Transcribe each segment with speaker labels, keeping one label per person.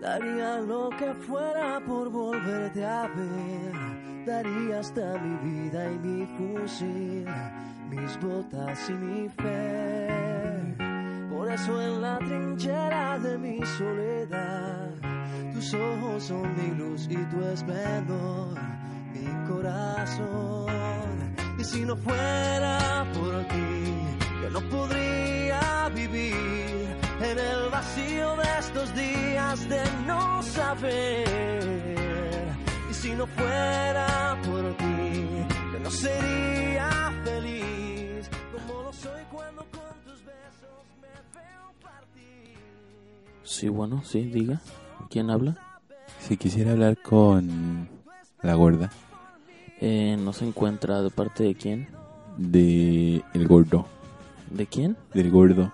Speaker 1: Daría lo que fuera por volverte a ver. Daría hasta mi vida y mi fusil, mis botas y mi fe. Por eso en la trinchera de mi soledad, tus ojos son mi luz y tu esplendor, mi corazón. Y si no fuera por ti, yo no podría vivir en el vacío de estos días de no saber. Y si no fuera por ti, yo no sería feliz como lo soy cuando con tus besos me veo partir.
Speaker 2: Sí, bueno, sí, diga. ¿Quién habla?
Speaker 3: Si quisiera hablar con la gorda
Speaker 2: Eh, no se encuentra de parte de quién.
Speaker 3: de el gordo,
Speaker 2: ¿De quién?
Speaker 3: del gordo.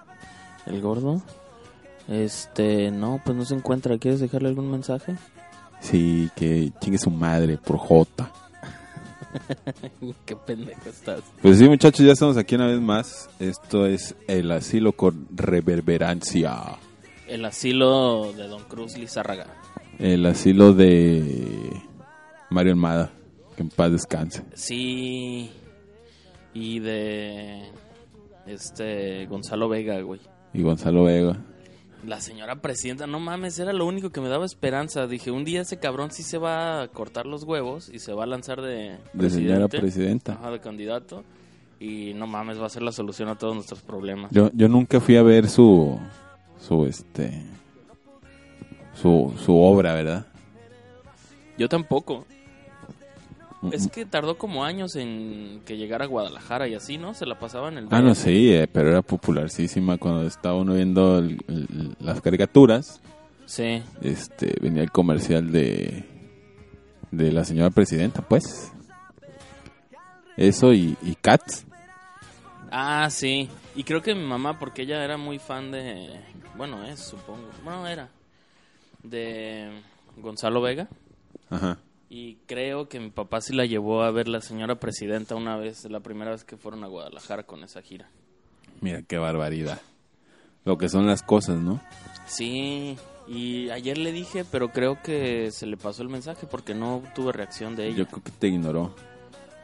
Speaker 2: ¿El gordo? Este, no, pues no se encuentra. ¿Quieres dejarle algún mensaje?
Speaker 3: Sí, que chingue su madre por Jota.
Speaker 2: Qué pendejo estás.
Speaker 3: Pues sí, muchachos, ya estamos aquí una vez más. Esto es el asilo con reverberancia.
Speaker 2: El asilo de Don Cruz Lizárraga.
Speaker 3: El asilo de Mario Almada. Que en paz descanse.
Speaker 2: Sí. Y de. Este. Gonzalo Vega, güey.
Speaker 3: Y Gonzalo Vega.
Speaker 2: La señora presidenta, no mames, era lo único que me daba esperanza. Dije, un día ese cabrón sí se va a cortar los huevos y se va a lanzar de.
Speaker 3: De señora
Speaker 2: presidente.
Speaker 3: presidenta.
Speaker 2: Ajá, de candidato. Y no mames, va a ser la solución a todos nuestros problemas.
Speaker 3: Yo, yo nunca fui a ver su. Su este. Su, su obra, ¿verdad?
Speaker 2: Yo tampoco.
Speaker 3: Mm,
Speaker 2: Es que tardó como años en que llegara a Guadalajara y así, ¿no? Se la pasaba en el...
Speaker 3: Ah, no, sí, eh, pero era popularísima cuando estaba uno viendo el- el- las caricaturas.
Speaker 2: Sí.
Speaker 3: Este, venía el comercial de de la señora presidenta, pues. Eso y, y Cats.
Speaker 2: Ah, sí. Y creo que mi mamá, porque ella era muy fan de... Bueno, es, supongo. Bueno, era. De Gonzalo Vega.
Speaker 3: Ajá.
Speaker 2: Y creo que mi papá sí la llevó a ver la señora presidenta una vez, la primera vez que fueron a Guadalajara con esa gira.
Speaker 3: Mira qué barbaridad. Lo que son las cosas, ¿no?
Speaker 2: Sí, y ayer le dije, pero creo que se le pasó el mensaje porque no tuve reacción de
Speaker 3: Yo oh.
Speaker 2: ella.
Speaker 3: creo que te ignoró.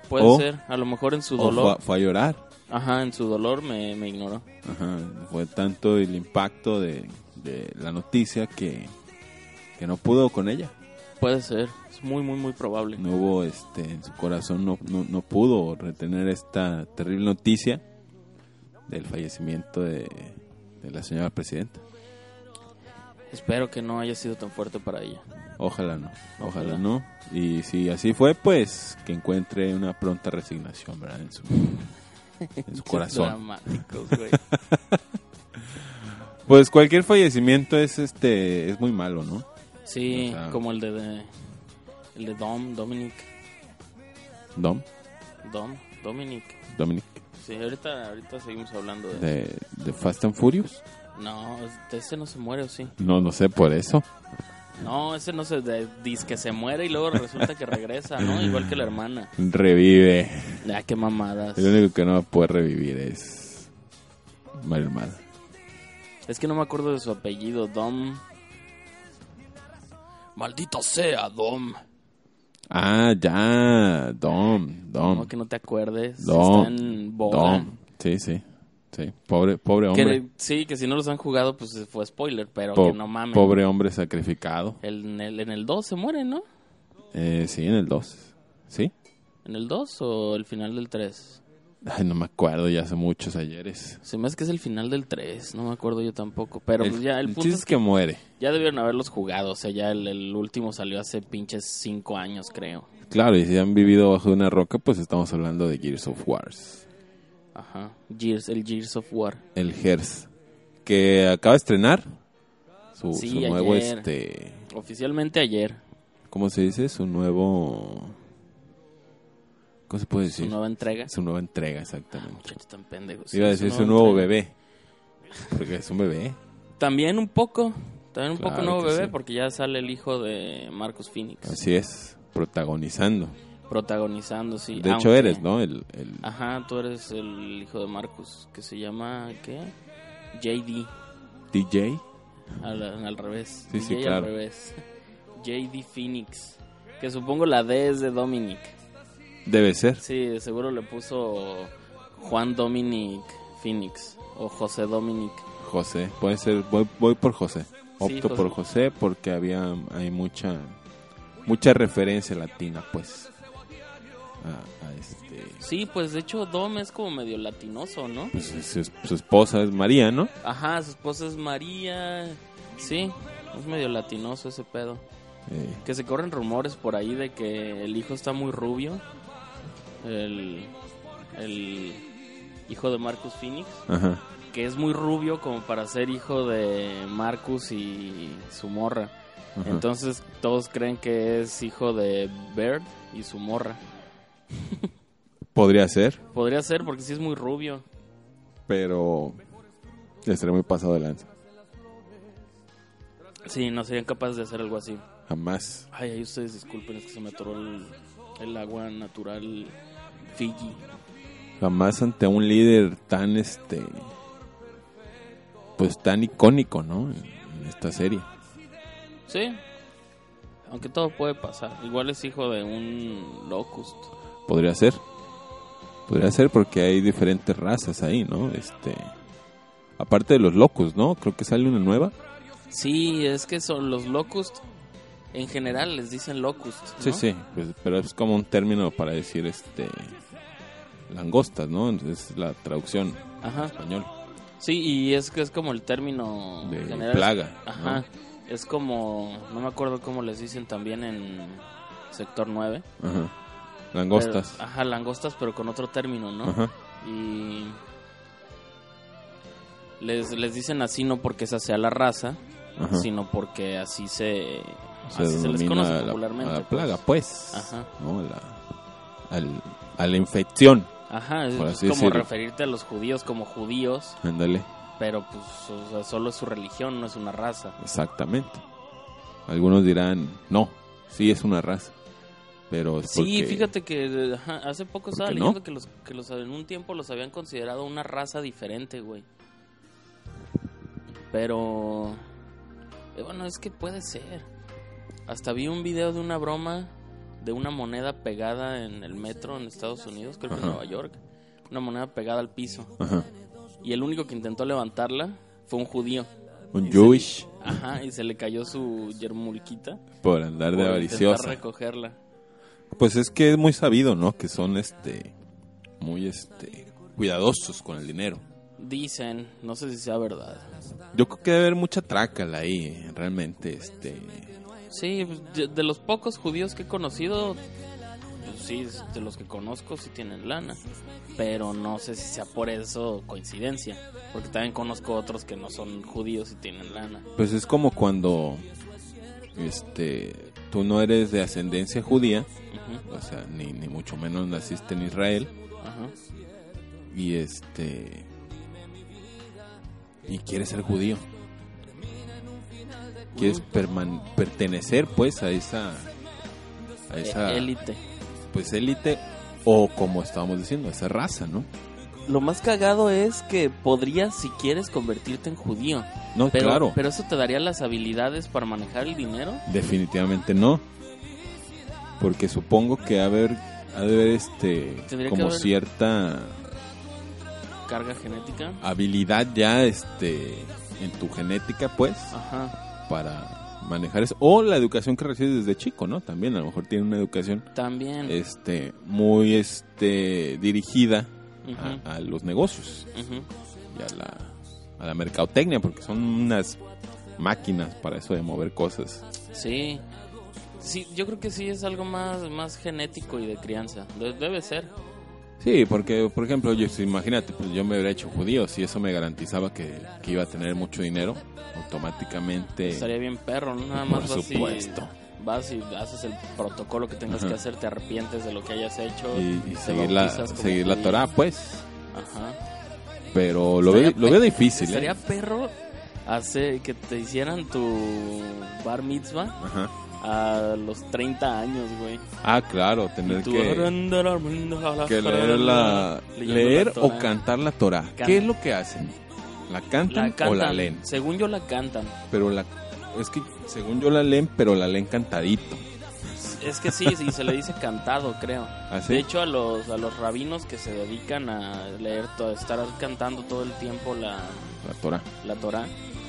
Speaker 2: Puede
Speaker 3: o-
Speaker 2: ser, a lo mejor en su
Speaker 3: O fue, a-
Speaker 2: dolor.
Speaker 3: fue a llorar.
Speaker 2: Ajá, en su dolor me, me ignoró.
Speaker 3: Ajá. Fue tanto el impacto de, de la noticia que, que no pudo con ella.
Speaker 2: Puede ser, es muy, muy, muy probable.
Speaker 3: No hubo, este, en su corazón no, no, no pudo retener esta terrible noticia del fallecimiento de, de la señora presidenta.
Speaker 2: Espero que no haya sido tan fuerte para ella.
Speaker 3: Ojalá no, ojalá,
Speaker 2: Ojalá.
Speaker 3: no. Y si así fue, pues que encuentre una pronta resignación, ¿verdad? En su, en su
Speaker 2: Qué
Speaker 3: corazón.
Speaker 2: dramáticos, güey.
Speaker 3: Pues cualquier fallecimiento es este es muy malo, ¿no?
Speaker 2: Sí,
Speaker 3: O sea-
Speaker 2: como el de, de- el de Dom, Dominic.
Speaker 3: Dom,
Speaker 2: Dom, Dominic.
Speaker 3: Dominic,
Speaker 2: Sí, ahorita, ahorita seguimos hablando de...
Speaker 3: de, de Fast and Furious.
Speaker 2: No, este- ese no se muere, ¿o sí?
Speaker 3: No, no sé por eso.
Speaker 2: No, ese no se... de- Dice que se muere y luego resulta que regresa, ¿no? Igual que la hermana.
Speaker 3: Revive.
Speaker 2: Ah, qué mamadas.
Speaker 3: El único que no va a poder revivir es Mario Almada.
Speaker 2: Es que no me acuerdo de su apellido, Dom. Maldito sea, Dom.
Speaker 3: Ah, ya. Dom, Dom.
Speaker 2: No, que no te acuerdes.
Speaker 3: Dom.
Speaker 2: Está en boda.
Speaker 3: Dom. Sí, sí. Sí. Pobre, pobre
Speaker 2: Que-
Speaker 3: hombre.
Speaker 2: sí, que si no los han jugado, pues fue spoiler, pero
Speaker 3: Po-
Speaker 2: que no mames.
Speaker 3: pobre hombre sacrificado.
Speaker 2: El- en, el, en el 2 se muere, ¿no?
Speaker 3: Eh, sí, en el 2. ¿Sí?
Speaker 2: ¿En el 2 o el final del 3?
Speaker 3: Ay, no me acuerdo, ya hace muchos ayeres.
Speaker 2: Se me hace que es el final del 3, no me acuerdo yo tampoco. Pero pues,
Speaker 3: el,
Speaker 2: ya,
Speaker 3: el
Speaker 2: el punto
Speaker 3: chiste
Speaker 2: es
Speaker 3: es que muere.
Speaker 2: que ya debieron haberlos jugado. O sea, ya el, el último salió hace pinches 5 años, creo.
Speaker 3: Claro, y si han vivido bajo una roca, pues estamos hablando de Gears of Wars.
Speaker 2: Ajá. Gears, el Gears of War.
Speaker 3: El Gears. Que acaba de estrenar su,
Speaker 2: Sí,
Speaker 3: su nuevo,
Speaker 2: ayer.
Speaker 3: este...
Speaker 2: Oficialmente ayer,
Speaker 3: ¿Cómo se dice? Su nuevo... ¿Cómo se puede
Speaker 2: su
Speaker 3: decir?
Speaker 2: nueva entrega.
Speaker 3: Su nueva entrega, exactamente.
Speaker 2: Muchachos tan pendejos.
Speaker 3: Iba a
Speaker 2: Sí,
Speaker 3: decir su nuevo
Speaker 2: entrega.
Speaker 3: bebé. Porque es un bebé.
Speaker 2: También un poco. También un poco
Speaker 3: Claro
Speaker 2: nuevo
Speaker 3: que
Speaker 2: bebé,
Speaker 3: sí. Ah,
Speaker 2: porque ya sale el hijo de Marcus Phoenix.
Speaker 3: Así es. Protagonizando.
Speaker 2: Protagonizando, sí.
Speaker 3: De hecho
Speaker 2: aunque-
Speaker 3: eres, ¿no? El, el-
Speaker 2: Ajá, tú eres Ah. el hijo de Marcus, que se llama, ¿qué? JD.
Speaker 3: DJ.
Speaker 2: Al, al revés.
Speaker 3: Sí, sí,
Speaker 2: DJ
Speaker 3: claro.
Speaker 2: al revés. JD Phoenix. Que supongo la D es de Dominic.
Speaker 3: Debe ser.
Speaker 2: Sí, seguro le puso Juan Dominic Phoenix. O José Dominic.
Speaker 3: José. Puede ser. Voy, voy por José. Opto
Speaker 2: José.
Speaker 3: por José porque había hay mucha mucha referencia latina, pues. A, a este.
Speaker 2: Sí, pues de hecho Dom es como medio latinoso, ¿no?
Speaker 3: pues, su, su esposa es María, ¿no?
Speaker 2: Ajá, su esposa es María. Sí, es medio latinoso ese pedo.
Speaker 3: Eh,
Speaker 2: Que se corren rumores por ahí de que el hijo está muy rubio. El, el hijo de Marcus Phoenix.
Speaker 3: ajá.
Speaker 2: Que es muy rubio como para ser hijo de Marcus y su morra.
Speaker 3: ajá.
Speaker 2: Entonces todos creen que es hijo de Bird y su morra.
Speaker 3: Podría ser,
Speaker 2: Podría ser porque sí es muy rubio.
Speaker 3: pero estaría muy pasado de lanza.
Speaker 2: Sí, no serían capaces de hacer algo así.
Speaker 3: Jamás.
Speaker 2: Ay, ay, ustedes disculpen, es que se me atoró el, el agua natural Fiji.
Speaker 3: Jamás ante un líder tan este pues tan icónico, ¿no? En, en esta serie.
Speaker 2: Sí. Aunque todo puede pasar. Igual es hijo de un locust.
Speaker 3: Podría ser. Podría ser porque hay diferentes razas ahí, ¿no? Este aparte de los locos, ¿no? Creo que sale una nueva.
Speaker 2: Sí, es que son los locust. En general les dicen locust. ¿no?
Speaker 3: Sí, sí, pues, pero es como un término para decir este langostas, ¿no? Es la traducción en
Speaker 2: Ajá.
Speaker 3: español
Speaker 2: Sí, y es que es como el término
Speaker 3: de
Speaker 2: general.
Speaker 3: plaga. ¿no?
Speaker 2: Ajá. Es como. No me acuerdo cómo les dicen también en sector 9.
Speaker 3: Ajá. Langostas.
Speaker 2: Pero- ajá, langostas, pero con otro término, ¿no?
Speaker 3: Ajá.
Speaker 2: Y. Les, les dicen así no porque esa sea la raza,
Speaker 3: Ajá.
Speaker 2: sino porque así se,
Speaker 3: Se
Speaker 2: así se les
Speaker 3: denomina a
Speaker 2: conoce
Speaker 3: la-
Speaker 2: popularmente.
Speaker 3: a la
Speaker 2: pues.
Speaker 3: plaga, pues.
Speaker 2: Ajá.
Speaker 3: ¿no? La- al- a la infección.
Speaker 2: Ajá, es,
Speaker 3: Por
Speaker 2: es
Speaker 3: así
Speaker 2: como
Speaker 3: decirlo.
Speaker 2: referirte a los judíos como judíos,
Speaker 3: Ándale,
Speaker 2: pero pues o sea, solo es su religión, no es una raza.
Speaker 3: exactamente. Algunos dirán, no, sí es una raza. Pero es
Speaker 2: Sí,
Speaker 3: porque-
Speaker 2: fíjate que ajá, hace poco estaba
Speaker 3: qué
Speaker 2: leyendo
Speaker 3: no?
Speaker 2: que, los, que los en un tiempo los habían considerado una raza diferente, güey. Pero... eh, Bueno, es que puede ser. Hasta vi un video de una broma de una moneda pegada en el metro en Estados Unidos, creo que en
Speaker 3: Ajá.
Speaker 2: Nueva York. Una moneda pegada al piso.
Speaker 3: Ajá.
Speaker 2: Y el único que intentó levantarla fue un judío.
Speaker 3: Un Jewish
Speaker 2: Ajá, y se le cayó su yermulquita.
Speaker 3: por andar de
Speaker 2: por
Speaker 3: avariciosa.
Speaker 2: intentar recogerla.
Speaker 3: Pues es que es muy sabido, ¿no? Que son este muy este cuidadosos con el dinero.
Speaker 2: Dicen, no sé si sea verdad.
Speaker 3: Yo creo que debe haber mucha trácala ahí, eh, realmente este
Speaker 2: Sí, pues, de, de los pocos judíos que he conocido, pues, sí, es- de los que conozco sí tienen lana. Pero no sé si sea por eso coincidencia. Porque también conozco otros que no son judíos y tienen lana.
Speaker 3: Pues es como cuando este tú no eres de ascendencia judía,
Speaker 2: Ujú,
Speaker 3: o sea, ni, ni mucho menos naciste en Israel
Speaker 2: ajá.
Speaker 3: y este y quieres ser judío. Quieres perman- pertenecer pues a esa a esa
Speaker 2: Eh, Élite.
Speaker 3: pues élite o como estábamos diciendo, esa raza, ¿no?
Speaker 2: Lo más cagado es que podrías, si quieres, convertirte en judío.
Speaker 3: No,
Speaker 2: Pero,
Speaker 3: Pues claro,
Speaker 2: pero eso te daría las habilidades para manejar el dinero.
Speaker 3: definitivamente no. Porque supongo que ha haber ha de haber este
Speaker 2: Tendría que
Speaker 3: como
Speaker 2: haber-
Speaker 3: cierta
Speaker 2: Carga genética.
Speaker 3: habilidad ya este en tu genética pues
Speaker 2: Ajá.
Speaker 3: para manejar eso o la educación que recibes desde chico, ¿no? También a lo mejor tiene una educación
Speaker 2: También.
Speaker 3: este muy este dirigida
Speaker 2: Ujú,
Speaker 3: a- a los negocios.
Speaker 2: ujú.
Speaker 3: y a la, a la mercadotecnia, porque son unas máquinas para eso de mover cosas.
Speaker 2: Sí. Sí, yo creo que sí es algo más, más genético y de crianza. De- debe ser.
Speaker 3: Sí, porque, por ejemplo, yo, si- imagínate, pues yo me hubiera hecho judío, si eso me garantizaba que, que iba a tener mucho dinero, automáticamente...
Speaker 2: Estaría bien perro, ¿no? Nada
Speaker 3: Por
Speaker 2: más vas
Speaker 3: supuesto.
Speaker 2: y vas y haces el protocolo que tengas
Speaker 3: Ajá.
Speaker 2: que hacer, te arrepientes de lo que hayas hecho
Speaker 3: Y, y
Speaker 2: te
Speaker 3: seguir, la,
Speaker 2: bautizas como
Speaker 3: seguir la
Speaker 2: judío.
Speaker 3: Torah, pues.
Speaker 2: Ajá.
Speaker 3: Pero lo,
Speaker 2: Estaría
Speaker 3: veo, lo veo
Speaker 2: pe-
Speaker 3: difícil, ¿eh?
Speaker 2: Estaría perro hacer que te hicieran tu bar mitzvah
Speaker 3: Ajá.
Speaker 2: a los 30 años, güey.
Speaker 3: Ah, claro,
Speaker 2: Y
Speaker 3: tener
Speaker 2: tú-
Speaker 3: que, que leer, la,
Speaker 2: Leyendo
Speaker 3: leer
Speaker 2: la
Speaker 3: o
Speaker 2: Torah.
Speaker 3: cantar la Torah.
Speaker 2: Can-
Speaker 3: ¿Qué es lo que hacen? ¿La cantan,
Speaker 2: La cantan.
Speaker 3: o la leen?
Speaker 2: Según yo la cantan.
Speaker 3: Pero la... Es que según yo la leen, pero la leen cantadito.
Speaker 2: Es que sí, y se le dice cantado, creo.
Speaker 3: ¿Así?
Speaker 2: De hecho, a los, a los rabinos que se dedican a leer, to- a estar cantando todo el tiempo la,
Speaker 3: la Torah.
Speaker 2: la Torah,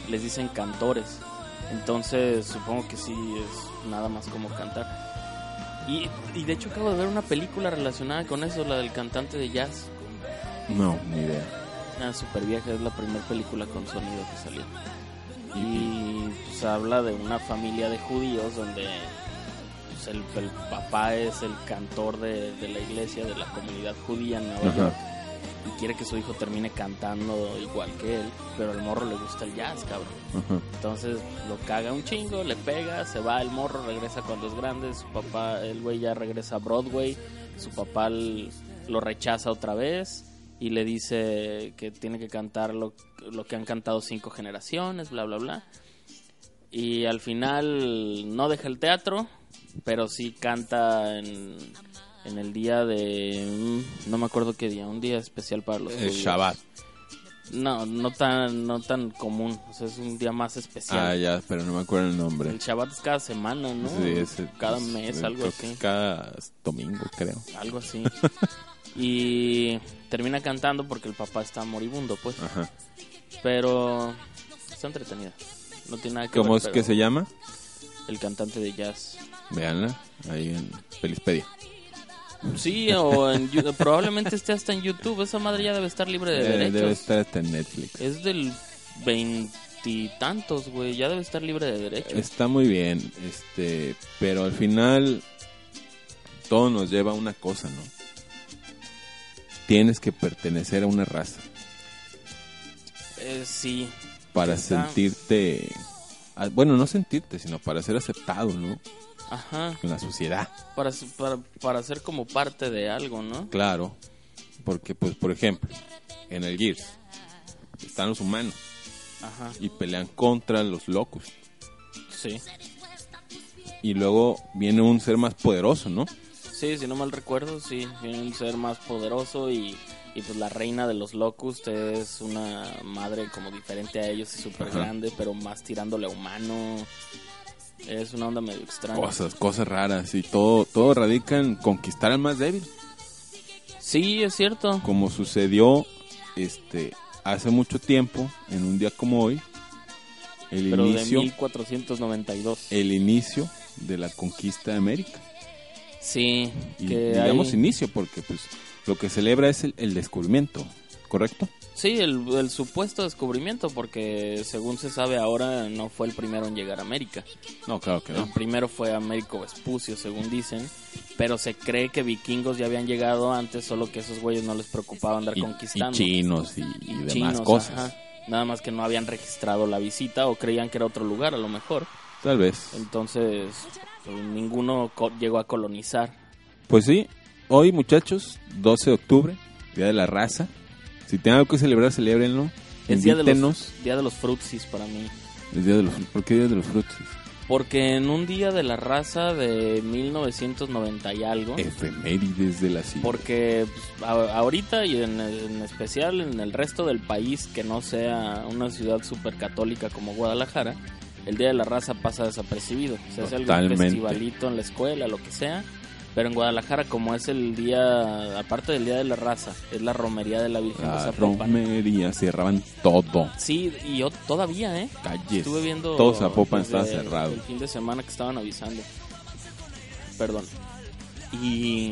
Speaker 2: les dicen cantores. Entonces, supongo que sí es nada más como cantar. Y, y de hecho, acabo de ver una película relacionada con eso, la del cantante de jazz.
Speaker 3: No, ni idea.
Speaker 2: Una super vieja, es la primera película con sonido que salió. Y pues habla de una familia de judíos donde pues, el, el papá es el cantor de, de la iglesia, de la comunidad judía en Nueva
Speaker 3: Ajá.
Speaker 2: York. Y quiere que su hijo termine cantando igual que él, pero al morro le gusta el jazz, cabrón.
Speaker 3: Ajá.
Speaker 2: Entonces lo caga un chingo, le pega, se va el morro, regresa cuando es grande, su papá, el güey ya regresa a Broadway, su papá l- lo rechaza otra vez y le dice que tiene que cantar lo, lo que han cantado cinco generaciones, bla, bla, bla. Y al final no deja el teatro, pero sí canta en, en el día de... mm, No me acuerdo qué día, un día especial para los...
Speaker 3: El
Speaker 2: judíos.
Speaker 3: Eh, Shabbat.
Speaker 2: No, no tan, no tan común. O sea, es un día más especial.
Speaker 3: Ah, ya, pero no me acuerdo el nombre.
Speaker 2: el Shabbat es cada semana, ¿no?
Speaker 3: Sí, ese-
Speaker 2: cada
Speaker 3: es- eh,
Speaker 2: mes,
Speaker 3: creo
Speaker 2: algo
Speaker 3: que
Speaker 2: así.
Speaker 3: es Cada domingo, creo.
Speaker 2: Algo así. y termina cantando porque el papá está moribundo, pues.
Speaker 3: Ajá.
Speaker 2: Pero está entretenida. No tiene nada que
Speaker 3: ¿Cómo
Speaker 2: ver,
Speaker 3: es
Speaker 2: pero
Speaker 3: que se llama?
Speaker 2: El cantante de jazz.
Speaker 3: Veanla ahí en Felispedia.
Speaker 2: Sí, o en Yu- probablemente esté hasta en YouTube. Esa madre ya debe estar libre de
Speaker 3: Eh,
Speaker 2: derechos.
Speaker 3: debe estar hasta en Netflix.
Speaker 2: Es del veintitantos, güey. Ya debe estar libre de derechos.
Speaker 3: Está muy bien, este, pero al final todo nos lleva a una cosa, ¿no? Tienes que pertenecer a una raza
Speaker 2: Eh, sí,
Speaker 3: para
Speaker 2: Está-
Speaker 3: sentirte, ah, bueno, no sentirte, sino para ser aceptado, ¿no?
Speaker 2: ajá.
Speaker 3: En la sociedad,
Speaker 2: Para, s- para, para ser como parte de algo, ¿no?
Speaker 3: claro, porque, pues, por ejemplo, en el Gears están los humanos
Speaker 2: Ajá,
Speaker 3: y pelean contra los locos
Speaker 2: sí.
Speaker 3: y luego viene un ser más poderoso, ¿no?
Speaker 2: Sí, si no mal recuerdo, sí. Tiene un ser más poderoso y, y pues la reina de los Locust es una madre como diferente a ellos y súper
Speaker 3: Ajá.
Speaker 2: grande, pero más tirándole a humano. Es una onda medio extraña.
Speaker 3: Cosas, cosas raras y todo, todo radica en conquistar al más débil.
Speaker 2: Sí, es cierto.
Speaker 3: como sucedió este hace mucho tiempo, en un día como hoy, el
Speaker 2: Pero de
Speaker 3: inicio Eh,
Speaker 2: 1492.
Speaker 3: el inicio de la conquista de América.
Speaker 2: Sí,
Speaker 3: Y
Speaker 2: que
Speaker 3: digamos
Speaker 2: hay-
Speaker 3: inicio porque pues lo que celebra es el, el descubrimiento, ¿correcto?
Speaker 2: Sí, el, el supuesto descubrimiento, porque según se sabe ahora no fue el primero en llegar a América.
Speaker 3: No, claro que
Speaker 2: El primero fue Américo Vespucio, según dicen. Pero se cree que vikingos ya había llegado antes, solo que esos güeyes no les preocupaba andar
Speaker 3: Y, y
Speaker 2: conquistando.
Speaker 3: chinos y,
Speaker 2: Y
Speaker 3: y demás
Speaker 2: chinos,
Speaker 3: cosas.
Speaker 2: ajá. Nada más que no habían registrado la visita o creían que era otro lugar, a lo mejor.
Speaker 3: Tal vez.
Speaker 2: Entonces, pues, ninguno co- llegó a colonizar.
Speaker 3: Pues sí, hoy muchachos, 12 de octubre, Día de la Raza. Si tienen algo que celebrar, celebrenlo.
Speaker 2: Es día de,
Speaker 3: Invítenos.
Speaker 2: los, día de los frutsis para mí.
Speaker 3: El Día de los ¿Por qué Día de los Frutos?
Speaker 2: Porque en un día de la raza de 1990 y algo.
Speaker 3: Efemérides de la ciudad.
Speaker 2: Porque pues, a- ahorita y en, en especial en el resto del país que no sea una ciudad supercatólica como Guadalajara, el Día de la Raza pasa desapercibido. Se hace algún
Speaker 3: Totalmente.
Speaker 2: festivalito en la escuela, lo que sea. Pero en Guadalajara, como es el día, aparte del Día de la Raza, es la romería de la Virgen de
Speaker 3: La
Speaker 2: Zapopan.
Speaker 3: romería, cerraban todo.
Speaker 2: Sí, y yo todavía, ¿eh?
Speaker 3: Calles.
Speaker 2: Estuve viendo.
Speaker 3: Todo Zapopan
Speaker 2: desde
Speaker 3: estaba cerrado.
Speaker 2: El fin de semana que estaban avisando. Perdón. Y.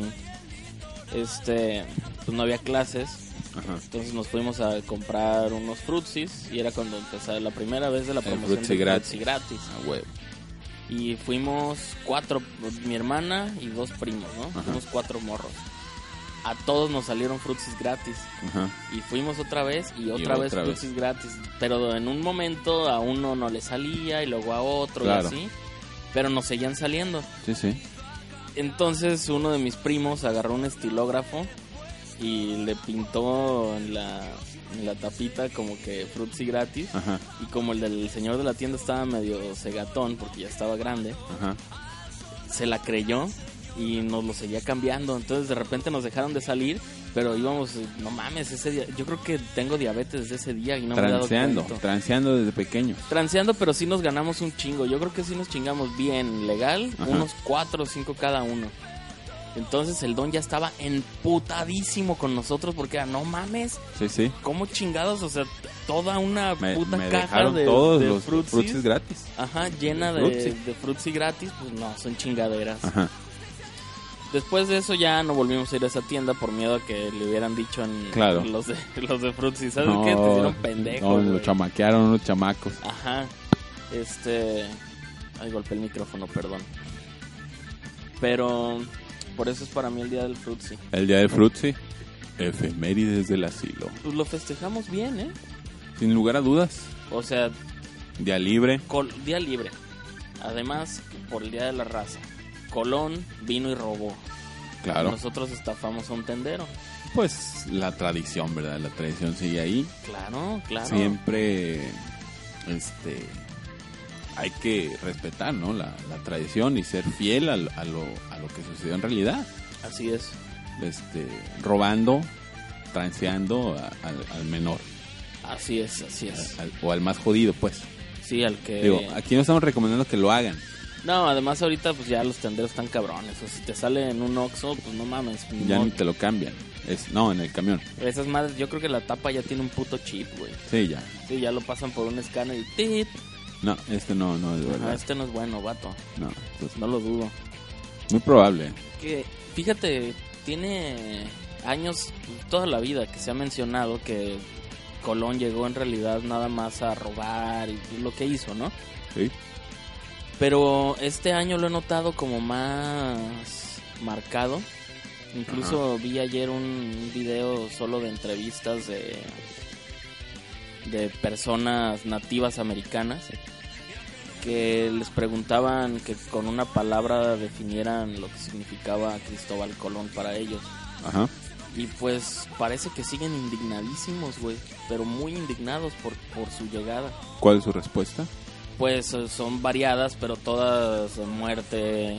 Speaker 2: Este. Pues no había clases.
Speaker 3: Ajá.
Speaker 2: Entonces nos fuimos a comprar unos frutsis. Y era cuando empezaba la primera vez de la
Speaker 3: El
Speaker 2: promoción
Speaker 3: frutsi
Speaker 2: del
Speaker 3: gratis.
Speaker 2: frutsi gratis.
Speaker 3: Ah, huevo.
Speaker 2: Y fuimos cuatro. Mi hermana y dos primos, ¿no?
Speaker 3: Ajá.
Speaker 2: Fuimos cuatro morros. A todos nos salieron frutsis gratis.
Speaker 3: Ajá.
Speaker 2: Y fuimos otra vez y otra vez
Speaker 3: otra vez.
Speaker 2: frutsis gratis. Pero en un momento a uno no le salía y luego a otro y
Speaker 3: Claro.
Speaker 2: así. Pero nos seguían saliendo.
Speaker 3: Sí, sí.
Speaker 2: Entonces uno de mis primos agarró un estilógrafo y le pintó en la, en la tapita como que frutsis gratis.
Speaker 3: Ajá.
Speaker 2: Y como el del señor de la tienda estaba medio cegatón porque ya estaba grande,
Speaker 3: Ajá.
Speaker 2: se la creyó y nos lo seguía cambiando. Entonces de repente nos dejaron de salir Pero íbamos, no mames, ese día. Yo creo que tengo diabetes desde ese día y no me
Speaker 3: transeando,
Speaker 2: he dado cuenta.
Speaker 3: transeando desde pequeño.
Speaker 2: Transeando, pero sí nos ganamos un chingo. Yo creo que sí nos chingamos bien, legal,
Speaker 3: Ajá.
Speaker 2: unos cuatro o cinco cada uno. Entonces el don ya estaba emputadísimo con nosotros porque era, no mames,
Speaker 3: Sí, sí.
Speaker 2: ¿cómo chingados? O sea, t- toda una
Speaker 3: Me,
Speaker 2: puta
Speaker 3: me
Speaker 2: caja
Speaker 3: dejaron
Speaker 2: de,
Speaker 3: todos
Speaker 2: de
Speaker 3: los
Speaker 2: Fruitsis,
Speaker 3: frutis gratis.
Speaker 2: Ajá, llena de,
Speaker 3: Fruitsi.
Speaker 2: de Fruitsi gratis, pues no, son chingaderas.
Speaker 3: Ajá.
Speaker 2: Después de eso ya no volvimos a ir a esa tienda por miedo a que le hubieran dicho en
Speaker 3: Claro.
Speaker 2: los de los de Fruitsi, ¿sabes qué? Te hicieron pendejo.
Speaker 3: no, lo
Speaker 2: güey.
Speaker 3: chamaquearon unos chamacos.
Speaker 2: Ajá. Este. Ay, golpeé el micrófono, perdón. Pero. Por eso es para mí el día del Fruitsi.
Speaker 3: El día de Fruitsy, efemérides del asilo.
Speaker 2: Pues lo festejamos bien, ¿eh?
Speaker 3: Sin lugar a dudas,
Speaker 2: O sea,
Speaker 3: día libre.
Speaker 2: col- día libre. Además, por el día de la raza. Colón vino y robó.
Speaker 3: Claro.
Speaker 2: Nosotros estafamos a un tendero.
Speaker 3: Pues la tradición, ¿verdad? La tradición sigue ahí.
Speaker 2: Claro, claro.
Speaker 3: Siempre este hay que respetar, ¿no? La, la tradición y ser fiel al- a, lo, a lo que sucedió en realidad.
Speaker 2: Así es.
Speaker 3: Este, robando, transeando a- al, al menor
Speaker 2: Así es, así es. Eh.
Speaker 3: al- o al más jodido, pues.
Speaker 2: Sí, al que.
Speaker 3: Digo, aquí no estamos recomendando que lo hagan.
Speaker 2: No, además, ahorita, pues ya los tenderos están cabrones. O si te sale en un oxo, pues no mames.
Speaker 3: Ya
Speaker 2: no-
Speaker 3: ni te lo cambian. Es, no, en el camión.
Speaker 2: Esas madres, yo creo que la tapa ya tiene un puto chip, güey.
Speaker 3: Sí, ya.
Speaker 2: Sí, ya lo pasan por un escáner y tit.
Speaker 3: No, este no, no, de
Speaker 2: Ajá,
Speaker 3: verdad.
Speaker 2: este no es bueno, vato.
Speaker 3: No, entonces,
Speaker 2: No lo dudo.
Speaker 3: muy probable.
Speaker 2: Que, fíjate, tiene años, toda la vida que se ha mencionado que Colón llegó en realidad nada más a robar y lo que hizo, ¿no?
Speaker 3: Sí.
Speaker 2: Pero este año lo he notado como más marcado. Incluso vi ayer un video solo de entrevistas de, de personas nativas americanas que les preguntaban que con una palabra definieran lo que significaba Cristóbal Colón para ellos.
Speaker 3: Ajá.
Speaker 2: Y pues parece que siguen indignadísimos, güey, pero muy indignados por, por su llegada.
Speaker 3: ¿Cuál es su respuesta?
Speaker 2: Pues eh, son variadas, pero todas de muerte,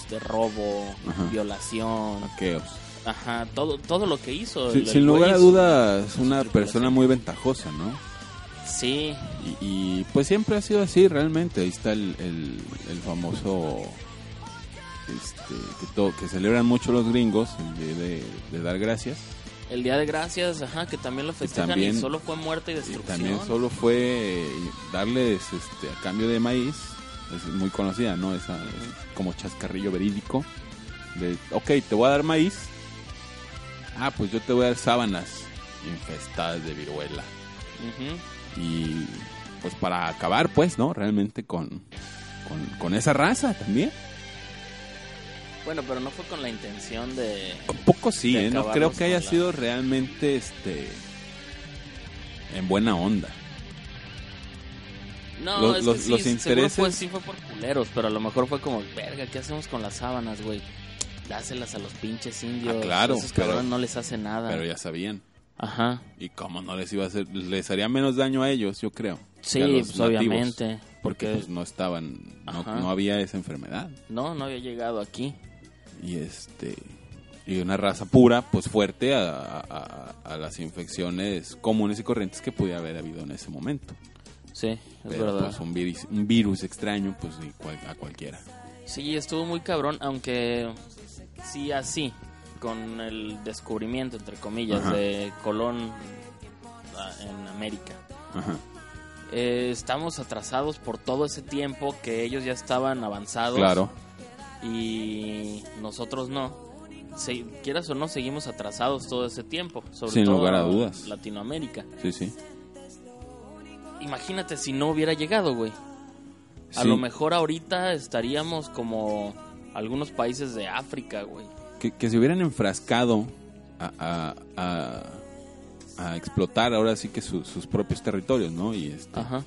Speaker 2: este robo,
Speaker 3: Ajá.
Speaker 2: violación,
Speaker 3: Saqueos.
Speaker 2: ajá, todo todo lo que hizo.
Speaker 3: Sí,
Speaker 2: el- el
Speaker 3: sin lugar
Speaker 2: güey
Speaker 3: a
Speaker 2: hizo-
Speaker 3: dudas, una
Speaker 2: circulación.
Speaker 3: persona muy ventajosa, ¿no?
Speaker 2: Sí,
Speaker 3: Y, y, pues siempre ha sido así, realmente. Ahí está el, el- el famoso este, que, to- que celebran mucho los gringos, el de, de- de dar gracias.
Speaker 2: el Día de Gracias, ajá, que también lo festejan y,
Speaker 3: también-
Speaker 2: solo fue muerte y
Speaker 3: Y
Speaker 2: destrucción.
Speaker 3: también solo fue eh, darles este, a cambio de maíz, es muy conocida, ¿no? Esa es como chascarrillo verídico. De, ok, te voy a dar maíz. Ah, pues yo te voy a dar sábanas infestadas de viruela.
Speaker 2: Ujú.
Speaker 3: y pues para acabar pues no realmente con con, con esa raza también
Speaker 2: Bueno, pero no fue con la intención de
Speaker 3: un poco sí
Speaker 2: De
Speaker 3: ¿eh? no
Speaker 2: acabarlos
Speaker 3: creo que
Speaker 2: con
Speaker 3: haya
Speaker 2: la-
Speaker 3: sido realmente este en buena onda
Speaker 2: No,
Speaker 3: Los-
Speaker 2: es
Speaker 3: los-
Speaker 2: que sí,
Speaker 3: los
Speaker 2: seguro
Speaker 3: intereses-
Speaker 2: fue- sí fue por culeros, pero a lo mejor fue como, verga, ¿qué hacemos con las sábanas, güey? Dáselas a los pinches indios.
Speaker 3: Ah, claro,
Speaker 2: Esos
Speaker 3: pero-
Speaker 2: cabrones no les hace nada.
Speaker 3: pero ya sabían
Speaker 2: Ajá.
Speaker 3: y como no les iba a hacer les haría menos daño a ellos yo creo
Speaker 2: Sí,
Speaker 3: que a los
Speaker 2: pues
Speaker 3: nativos,
Speaker 2: obviamente.
Speaker 3: porque
Speaker 2: Porque,
Speaker 3: pues no estaban no,
Speaker 2: Ajá.
Speaker 3: no había esa enfermedad
Speaker 2: no, no había llegado aquí.
Speaker 3: y este y una raza pura pues fuerte a, a- a- a las infecciones comunes y corrientes que podía haber habido en ese momento
Speaker 2: Sí, es
Speaker 3: Pero,
Speaker 2: verdad.
Speaker 3: pues, un virus, un virus extraño, pues y cual- a cualquiera.
Speaker 2: Sí, estuvo muy cabrón, aunque sí así, con el descubrimiento, entre comillas,
Speaker 3: Ajá.
Speaker 2: de Colón ah, en América.
Speaker 3: Ajá.
Speaker 2: Eh, estamos atrasados por todo ese tiempo que ellos ya estaban avanzados.
Speaker 3: Claro.
Speaker 2: y nosotros no. Se- quieras o no, seguimos atrasados todo ese tiempo, sobre
Speaker 3: Sin
Speaker 2: todo
Speaker 3: lugar a dudas.
Speaker 2: Latinoamérica.
Speaker 3: Sí, sí.
Speaker 2: Imagínate si no hubiera llegado, güey. A
Speaker 3: Sí.
Speaker 2: lo mejor ahorita estaríamos como algunos países de África, güey.
Speaker 3: Que, que se hubieran enfrascado a, a- a- a explotar ahora sí que su- sus propios territorios, ¿no? Y, este,
Speaker 2: Ajá.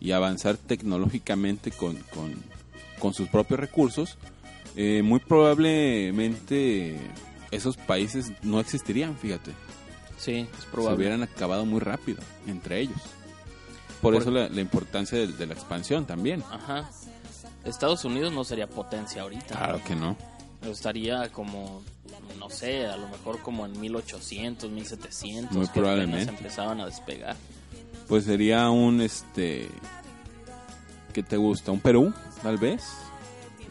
Speaker 3: y avanzar tecnológicamente con, con, con sus propios recursos, eh, muy probablemente esos países no existirían, fíjate.
Speaker 2: Sí, es
Speaker 3: se
Speaker 2: probable.
Speaker 3: hubieran acabado muy rápido entre ellos. Por,
Speaker 2: Por-
Speaker 3: eso la, la importancia del- de la expansión también.
Speaker 2: Ajá. Estados Unidos no sería potencia ahorita.
Speaker 3: Claro que no.
Speaker 2: Estaría como, no sé, a lo mejor como en 1800, 1700,
Speaker 3: Muy
Speaker 2: que apenas
Speaker 3: probablemente.
Speaker 2: empezaban a despegar.
Speaker 3: Pues sería un este. ¿Qué te gusta? ¿Un Perú? Tal vez.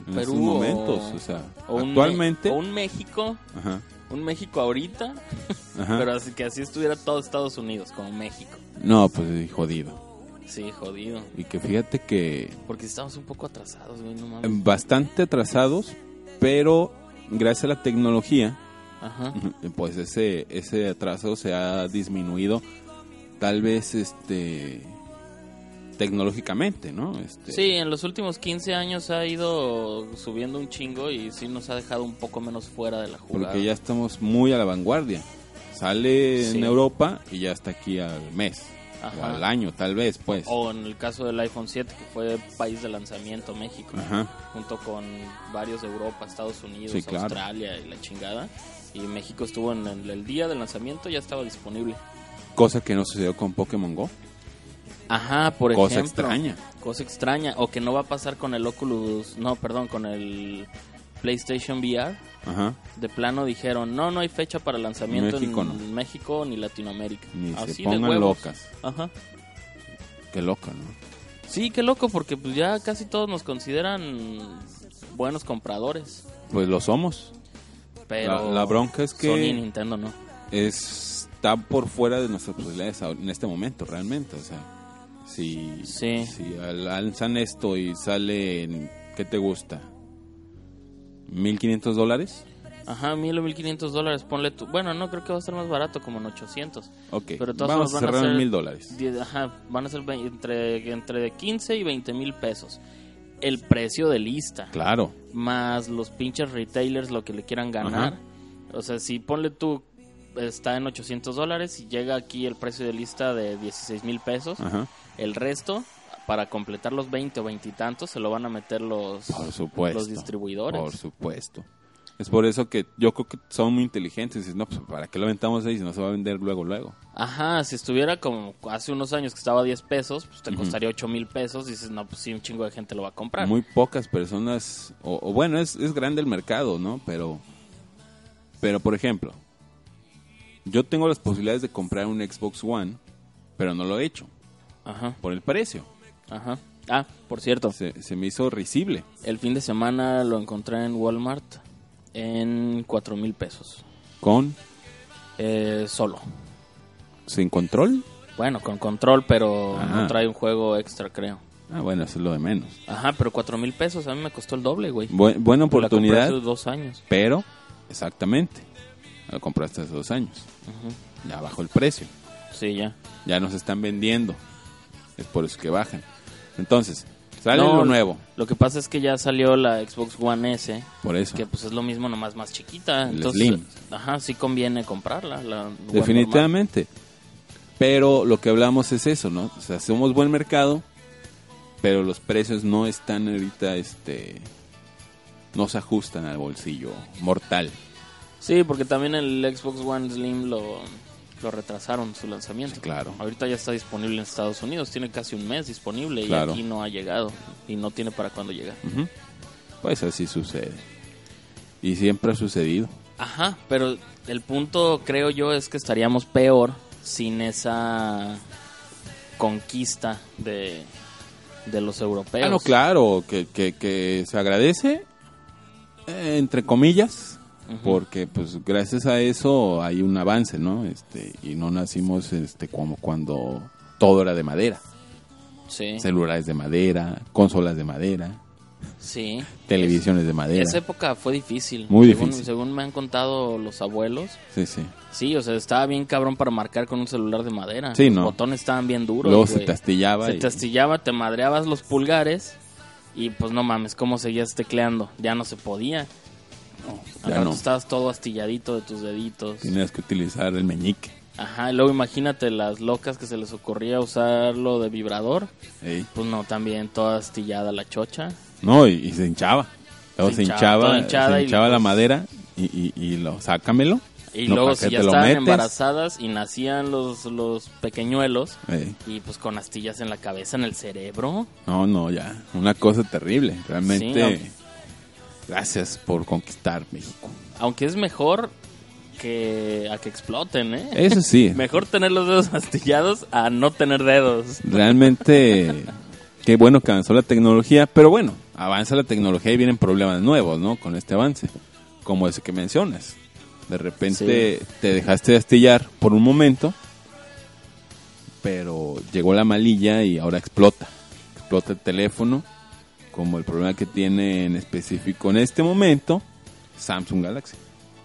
Speaker 3: En
Speaker 2: Perú
Speaker 3: esos momentos.
Speaker 2: o-
Speaker 3: O, sea,
Speaker 2: O un Me-
Speaker 3: actualmente.
Speaker 2: o un México,
Speaker 3: Ajá.
Speaker 2: un México ahorita,
Speaker 3: ajá.
Speaker 2: pero así que así estuviera todo Estados Unidos como México.
Speaker 3: No, pues sí, jodido.
Speaker 2: Sí, jodido.
Speaker 3: Y que fíjate que
Speaker 2: Porque estamos un poco atrasados, güey, no mames.
Speaker 3: bastante atrasados, pero gracias a la tecnología,
Speaker 2: Ajá.
Speaker 3: pues ese, ese atraso se ha disminuido tal vez este tecnológicamente, ¿no? Este,
Speaker 2: Sí, en los últimos 15 años ha ido subiendo un chingo y sí nos ha dejado un poco menos fuera de la jugada.
Speaker 3: Porque ya estamos muy a la vanguardia. Sale
Speaker 2: Sí.
Speaker 3: en Europa y ya está aquí al mes, o
Speaker 2: Ajá. Oh.
Speaker 3: al año tal vez, pues.
Speaker 2: O en el caso del iPhone 7, que fue país de lanzamiento México,
Speaker 3: Ajá.
Speaker 2: junto con varios de Europa, Estados Unidos,
Speaker 3: Sí, claro.
Speaker 2: Australia y la chingada. Y México estuvo en el, el día del lanzamiento, ya estaba disponible.
Speaker 3: Cosa que no sucedió con Pokémon Go.
Speaker 2: Ajá, por
Speaker 3: Cosa
Speaker 2: ejemplo.
Speaker 3: extraña.
Speaker 2: Cosa extraña, o que no va a pasar con el Oculus, no, perdón, con el PlayStation VR.
Speaker 3: Ajá.
Speaker 2: De plano dijeron, no, no hay fecha para lanzamiento
Speaker 3: México
Speaker 2: en
Speaker 3: no.
Speaker 2: México ni Latinoamérica.
Speaker 3: Ni
Speaker 2: Así
Speaker 3: se
Speaker 2: de
Speaker 3: pongan
Speaker 2: huevos.
Speaker 3: locas.
Speaker 2: Ajá.
Speaker 3: Qué loca, ¿no?
Speaker 2: Sí, qué loco, porque pues ya casi todos nos consideran buenos compradores.
Speaker 3: Pues lo somos.
Speaker 2: Pero
Speaker 3: La- la bronca es que-
Speaker 2: Sony y Nintendo no.
Speaker 3: es, está por fuera de nuestras posibilidades ahor- en este momento, realmente. O sea, si,
Speaker 2: Sí.
Speaker 3: si al- lanzan esto y sale, en, ¿qué te gusta? ¿1500 dólares?
Speaker 2: Ajá, mil o mil quinientos dólares, ponle tú. Bueno, no, creo que va a ser más barato, como en 800.
Speaker 3: Ok,
Speaker 2: Pero de todas formas
Speaker 3: vamos a
Speaker 2: van a
Speaker 3: cerrar en
Speaker 2: ser
Speaker 3: 1000 dólares.
Speaker 2: Die- Ajá, van a ser ve- entre, entre 15 y 20 mil pesos. El precio de lista,
Speaker 3: Claro,
Speaker 2: más los pinches retailers lo que le quieran ganar.
Speaker 3: Ajá.
Speaker 2: O sea, si ponle tú, está en 800 dólares y llega aquí el precio de lista de 16 mil pesos.
Speaker 3: ajá,
Speaker 2: El resto, para completar los 20 o 20 y tantos, se lo van a meter los,
Speaker 3: por supuesto.
Speaker 2: los distribuidores.
Speaker 3: Por supuesto. Es por eso que yo creo que son muy inteligentes. Dicen, no, pues ¿para qué lo aventamos ahí si no se va a vender luego, luego?
Speaker 2: Ajá, si estuviera como hace unos años que estaba a 10 pesos, pues te
Speaker 3: Ujú.
Speaker 2: costaría 8 mil pesos. Y dices, no, pues sí, un chingo de gente lo va a comprar.
Speaker 3: Muy pocas personas, o, o bueno, es, es grande el mercado, ¿no? Pero, pero por ejemplo, yo tengo las posibilidades de comprar un Xbox One, pero no lo he hecho,
Speaker 2: Ajá,
Speaker 3: por el precio.
Speaker 2: ajá. Ah, por cierto,
Speaker 3: Se, se me hizo risible.
Speaker 2: el fin de semana lo encontré en Walmart en 4 mil pesos.
Speaker 3: ¿Con?
Speaker 2: Eh, solo.
Speaker 3: ¿Sin control?
Speaker 2: Bueno, con control, pero
Speaker 3: Ajá.
Speaker 2: no trae un juego extra, creo.
Speaker 3: Ah, bueno, eso es lo de menos.
Speaker 2: Ajá, pero 4 mil pesos a mí me costó el doble, güey.
Speaker 3: Bu- buena
Speaker 2: La compré
Speaker 3: oportunidad,
Speaker 2: hace dos años.
Speaker 3: pero, exactamente, lo compraste hace dos años. Ya bajó el precio.
Speaker 2: Sí, ya.
Speaker 3: Ya nos están vendiendo. Es por eso que bajan. Entonces, sale
Speaker 2: No,
Speaker 3: lo nuevo.
Speaker 2: Lo que pasa es que ya salió la Xbox One S,
Speaker 3: Por eso.
Speaker 2: que pues es lo mismo nomás más chiquita,
Speaker 3: El
Speaker 2: entonces
Speaker 3: Slim.
Speaker 2: ajá, sí conviene comprarla, la One normal.
Speaker 3: Definitivamente. Pero lo que hablamos es eso, ¿no? O sea, somos buen mercado, pero los precios no están ahorita, este, no se ajustan al bolsillo mortal.
Speaker 2: Sí, porque también el Xbox One Slim lo lo retrasaron su lanzamiento.
Speaker 3: Sí, claro.
Speaker 2: Ahorita ya está disponible en Estados Unidos, tiene casi un mes disponible
Speaker 3: Claro.
Speaker 2: y aquí no ha llegado y no tiene para cuándo llegar.
Speaker 3: Ujú. Pues así sucede. Y siempre ha sucedido.
Speaker 2: Ajá, pero el punto creo yo es que estaríamos peor sin esa conquista de, de los europeos.
Speaker 3: Ah, no, claro, que, que- que se agradece, eh, entre comillas,
Speaker 2: Ujú.
Speaker 3: porque pues gracias a eso hay un avance, ¿no? Este, y no nacimos este, como cuando todo era de madera.
Speaker 2: Sí,
Speaker 3: Celulares de madera, consolas de madera,
Speaker 2: sí.
Speaker 3: televisiones de madera.
Speaker 2: Esa época fue difícil.
Speaker 3: Muy
Speaker 2: Según-
Speaker 3: difícil.
Speaker 2: Según me han contado los abuelos.
Speaker 3: Sí, sí.
Speaker 2: Sí, o sea, estaba bien cabrón para marcar con un celular de madera.
Speaker 3: Sí,
Speaker 2: los
Speaker 3: no.
Speaker 2: botones estaban bien duros.
Speaker 3: Luego se
Speaker 2: güey.
Speaker 3: te astillaba.
Speaker 2: Se
Speaker 3: y-
Speaker 2: te astillaba, te madreabas los pulgares y pues no mames, ¿cómo seguías tecleando? Ya no se podía.
Speaker 3: ya
Speaker 2: Al rato
Speaker 3: no.
Speaker 2: estabas todo astilladito de tus deditos.
Speaker 3: Tenías que utilizar el meñique.
Speaker 2: Ajá, y luego imagínate las locas que se les ocurría usarlo de vibrador.
Speaker 3: ¿eh?
Speaker 2: Pues no, también toda astillada la chocha.
Speaker 3: No, y, y se hinchaba. Luego
Speaker 2: Se
Speaker 3: se
Speaker 2: hinchaba,
Speaker 3: hinchaba,
Speaker 2: toda
Speaker 3: se
Speaker 2: hinchada
Speaker 3: hinchaba,
Speaker 2: y
Speaker 3: la
Speaker 2: pues-
Speaker 3: madera y, y- y lo sácamelo.
Speaker 2: Y
Speaker 3: No,
Speaker 2: luego
Speaker 3: ¿para qué
Speaker 2: si ya
Speaker 3: te lo
Speaker 2: estaban
Speaker 3: metes?
Speaker 2: embarazadas y nacían los, los pequeñuelos
Speaker 3: ¿eh?
Speaker 2: y pues con astillas en la cabeza, en el cerebro.
Speaker 3: No, no, ya. Una cosa terrible. Realmente
Speaker 2: Sí,
Speaker 3: Gracias por conquistar México.
Speaker 2: Aunque es mejor que a que exploten, ¿eh?
Speaker 3: Eso sí,
Speaker 2: Mejor tener los dedos astillados a no tener dedos.
Speaker 3: realmente qué bueno que avanzó la tecnología, pero bueno, avanza la tecnología y vienen problemas nuevos, ¿no? Con este avance, como ese que mencionas. De repente te dejaste de astillar por un momento, pero llegó la malilla y ahora explota. Explota el teléfono, como el problema que tiene en específico en este momento Samsung Galaxy.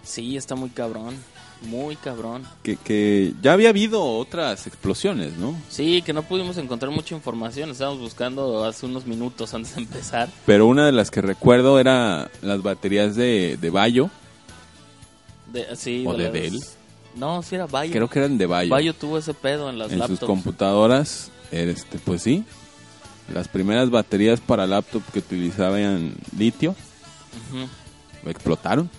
Speaker 2: Sí, está muy cabrón. Muy cabrón.
Speaker 3: Que, que ya había habido otras explosiones, ¿no?
Speaker 2: Sí, que no pudimos encontrar mucha información. Estábamos buscando hace unos minutos antes de empezar.
Speaker 3: Pero una de las que recuerdo era las baterías de, de Bayo.
Speaker 2: De, sí,
Speaker 3: ¿O de
Speaker 2: las-
Speaker 3: Dell?
Speaker 2: No, sí era Bayo.
Speaker 3: Creo que eran de Bayo.
Speaker 2: Bayo tuvo ese pedo en las
Speaker 3: en sus
Speaker 2: laptops.
Speaker 3: computadoras, este, pues sí. Las primeras baterías para laptop que utilizaban litio
Speaker 2: Ujú.
Speaker 3: explotaron,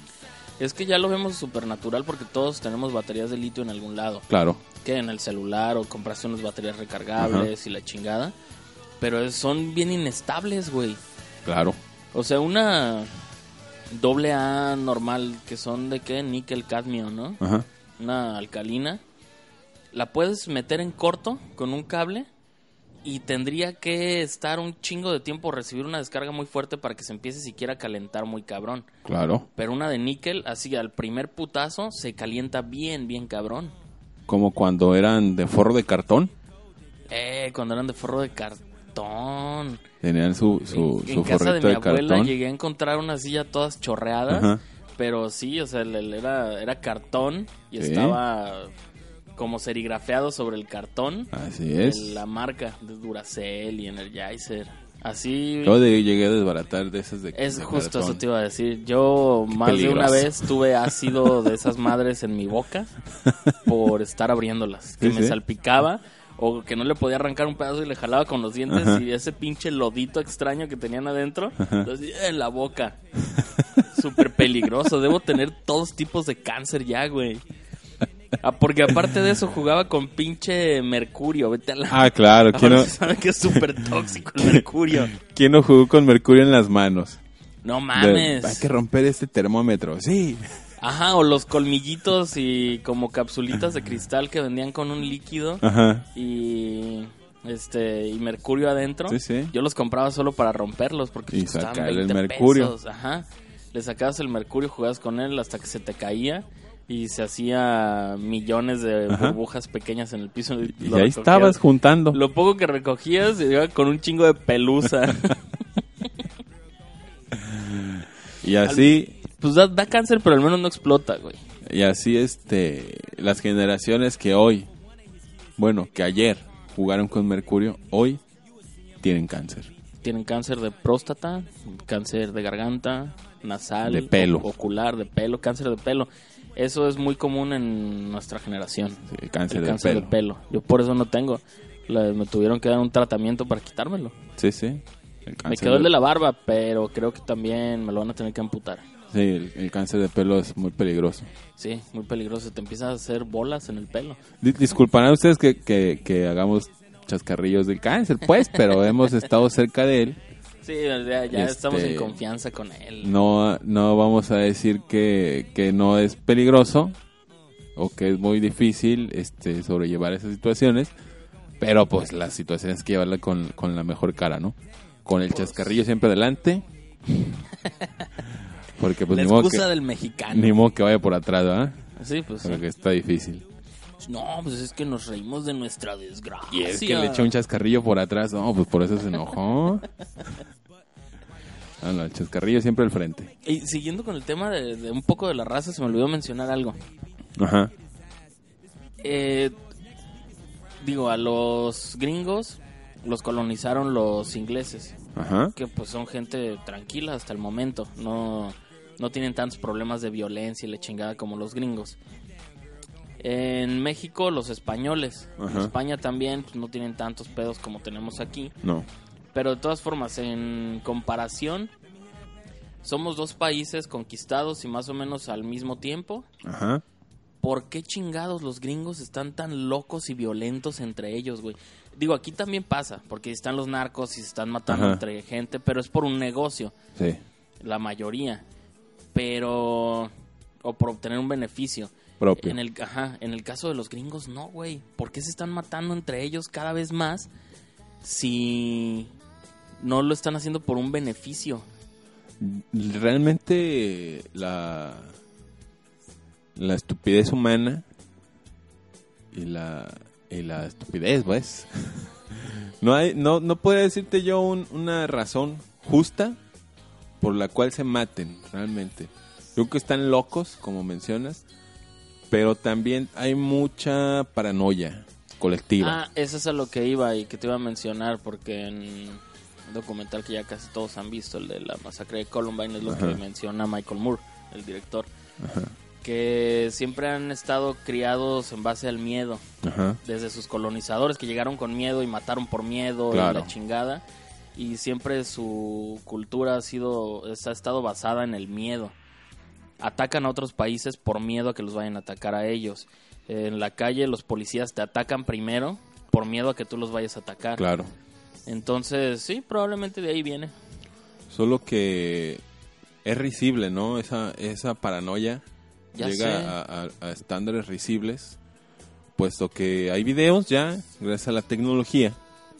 Speaker 2: Es que ya lo vemos supernatural porque todos tenemos baterías de litio en algún lado.
Speaker 3: claro.
Speaker 2: que en el celular o compraste unas baterías recargables y la chingada. Pero es- son bien inestables, güey.
Speaker 3: Claro.
Speaker 2: O sea, una doble A normal que son de qué? Níquel, cadmio, ¿no?
Speaker 3: Ajá.
Speaker 2: Una alcalina. La puedes meter en corto con un cable y tendría que estar un chingo de tiempo recibir una descarga muy fuerte para que se empiece siquiera a calentar muy cabrón.
Speaker 3: Claro.
Speaker 2: Pero una de níquel, así al primer putazo, se calienta bien, bien cabrón.
Speaker 3: Como cuando eran de forro de cartón,
Speaker 2: Eh, cuando eran de forro de cartón.
Speaker 3: tenían su, su,
Speaker 2: en
Speaker 3: su
Speaker 2: en casa de
Speaker 3: forrito
Speaker 2: mi
Speaker 3: de,
Speaker 2: abuela
Speaker 3: cartón.
Speaker 2: llegué a encontrar una silla todas chorreadas.
Speaker 3: Ajá.
Speaker 2: Pero sí, o sea, el- el era, era cartón y
Speaker 3: Sí.
Speaker 2: estaba como serigrafeado sobre el cartón.
Speaker 3: Así es.
Speaker 2: de La marca de Duracell y Energizer. Así
Speaker 3: Yo de- llegué a desbaratar de esas de
Speaker 2: es
Speaker 3: de
Speaker 2: justo eso
Speaker 3: cartón.
Speaker 2: te iba a decir. Yo más de una
Speaker 3: peligroso.
Speaker 2: vez tuve ácido de esas madres en mi boca por estar abriéndolas, que
Speaker 3: Sí,
Speaker 2: me
Speaker 3: sí.
Speaker 2: salpicaba o que no le podía arrancar un pedazo y le jalaba con los dientes
Speaker 3: Ajá.
Speaker 2: y ese pinche lodito extraño que tenían adentro, entonces, ¡eh, en la boca. Súper peligroso, debo tener todos tipos de cáncer ya, güey. Ah, porque aparte de eso jugaba con pinche mercurio, vete a la...
Speaker 3: Ah, claro. ¿Quién
Speaker 2: Ahora
Speaker 3: no,
Speaker 2: se sabe que es súper tóxico el mercurio.
Speaker 3: quién no jugó con mercurio en las manos?
Speaker 2: No
Speaker 3: De-
Speaker 2: mames.
Speaker 3: hay que romper este termómetro. Sí.
Speaker 2: Ajá, o los colmillitos y como capsulitas de cristal que vendían con un líquido
Speaker 3: Ajá.
Speaker 2: y este y mercurio adentro.
Speaker 3: Sí, sí.
Speaker 2: Yo los compraba solo para romperlos porque
Speaker 3: Y
Speaker 2: pues, costaban
Speaker 3: sacar el
Speaker 2: 20
Speaker 3: mercurio.
Speaker 2: pesos, Ajá. Le sacabas el mercurio, jugabas con él hasta que se te caía y se hacía millones de
Speaker 3: Ajá.
Speaker 2: burbujas pequeñas en el piso. lo
Speaker 3: Y ahí
Speaker 2: recogías.
Speaker 3: estabas juntando.
Speaker 2: Lo poco que recogías iba con un chingo de pelusa.
Speaker 3: Y así,
Speaker 2: pues da, da cáncer, pero al menos no explota, güey.
Speaker 3: y así este las generaciones que hoy, bueno, que ayer jugaron con Mercurio, hoy tienen cáncer.
Speaker 2: tienen cáncer de próstata, cáncer de garganta, nasal,
Speaker 3: De pelo.
Speaker 2: o- ocular, de pelo, cáncer de pelo. Eso es muy común en nuestra generación.
Speaker 3: Sí, el
Speaker 2: El
Speaker 3: cáncer, del
Speaker 2: cáncer
Speaker 3: pelo.
Speaker 2: de pelo. Yo por eso no tengo. La- me tuvieron que dar un tratamiento para quitármelo.
Speaker 3: Sí, sí. El
Speaker 2: me
Speaker 3: cáncer
Speaker 2: quedó el de
Speaker 3: del-
Speaker 2: la barba, pero creo que también me lo van a tener que amputar.
Speaker 3: Sí, el, el cáncer de pelo es muy peligroso.
Speaker 2: Sí, muy peligroso. Te empiezan a hacer bolas en el pelo.
Speaker 3: Di- disculparán ustedes que, que- que hagamos chascarrillos del cáncer, pues, pero hemos estado cerca de él.
Speaker 2: Sí, ya, ya
Speaker 3: Este-
Speaker 2: estamos en confianza con él.
Speaker 3: No, no vamos a decir que, que no es peligroso o que es muy difícil este, sobrellevar esas situaciones, pero pues las situaciones que llevarla con, con la mejor cara, ¿no? Con el chascarrillo siempre adelante, porque pues
Speaker 2: la
Speaker 3: ni modo,
Speaker 2: excusa
Speaker 3: que,
Speaker 2: del mexicano.
Speaker 3: ni modo que vaya por atrás, ¿verdad?
Speaker 2: Sí, pues. sí.
Speaker 3: Porque está difícil.
Speaker 2: No, pues es que nos reímos de nuestra desgracia.
Speaker 3: Y es que le echó un chascarrillo por atrás, no, pues por eso se enojó. Ah, No, no, el chascarrillo siempre al frente.
Speaker 2: Y siguiendo con el tema de, de un poco de la raza, se me olvidó mencionar algo.
Speaker 3: Ajá.
Speaker 2: Eh, digo, a los gringos los colonizaron los ingleses,
Speaker 3: Ajá.
Speaker 2: que pues son gente tranquila hasta el momento, no, no tienen tantos problemas de violencia y la chingada como los gringos. En México los españoles, en
Speaker 3: Ajá.
Speaker 2: España también pues, no tienen tantos pedos como tenemos aquí.
Speaker 3: No.
Speaker 2: Pero de todas formas, en comparación, somos dos países conquistados y más o menos al mismo tiempo.
Speaker 3: Ajá.
Speaker 2: ¿Por qué chingados los gringos están tan locos y violentos entre ellos, güey? Digo, aquí también pasa, porque están los narcos y se están matando
Speaker 3: Ajá.
Speaker 2: entre gente, pero es por un negocio.
Speaker 3: Sí.
Speaker 2: la mayoría, pero o por obtener un beneficio.
Speaker 3: propio.
Speaker 2: En el, ajá, en el caso de los gringos, no, güey. ¿Por qué se están matando entre ellos cada vez más si no lo están haciendo por un beneficio?
Speaker 3: Realmente la, la estupidez humana y la, y la estupidez, pues. No, hay, no, no podría decirte yo un- una razón justa por la cual se maten, realmente. Yo creo que están locos, como mencionas, pero también hay mucha paranoia colectiva.
Speaker 2: Ah, eso es a lo que iba y que te iba a mencionar porque en un documental que ya casi todos han visto, el de la masacre de Columbine, es lo
Speaker 3: Ajá.
Speaker 2: que menciona Michael Moore, el director. Que siempre han estado criados en base al miedo.
Speaker 3: Ajá.
Speaker 2: desde sus colonizadores que llegaron con miedo y mataron por miedo
Speaker 3: Claro.
Speaker 2: y la chingada y siempre su cultura ha sido es- ha estado basada en el miedo atacan a otros países por miedo a que los vayan a atacar a ellos en la calle los policías te atacan primero por miedo a que tú los vayas a atacar
Speaker 3: Claro.
Speaker 2: entonces sí probablemente de ahí viene
Speaker 3: Solo que es risible, ¿no? Esa, esa paranoia
Speaker 2: Ya sé.
Speaker 3: llega a, a- a estándares risibles, puesto que hay videos ya, gracias a la tecnología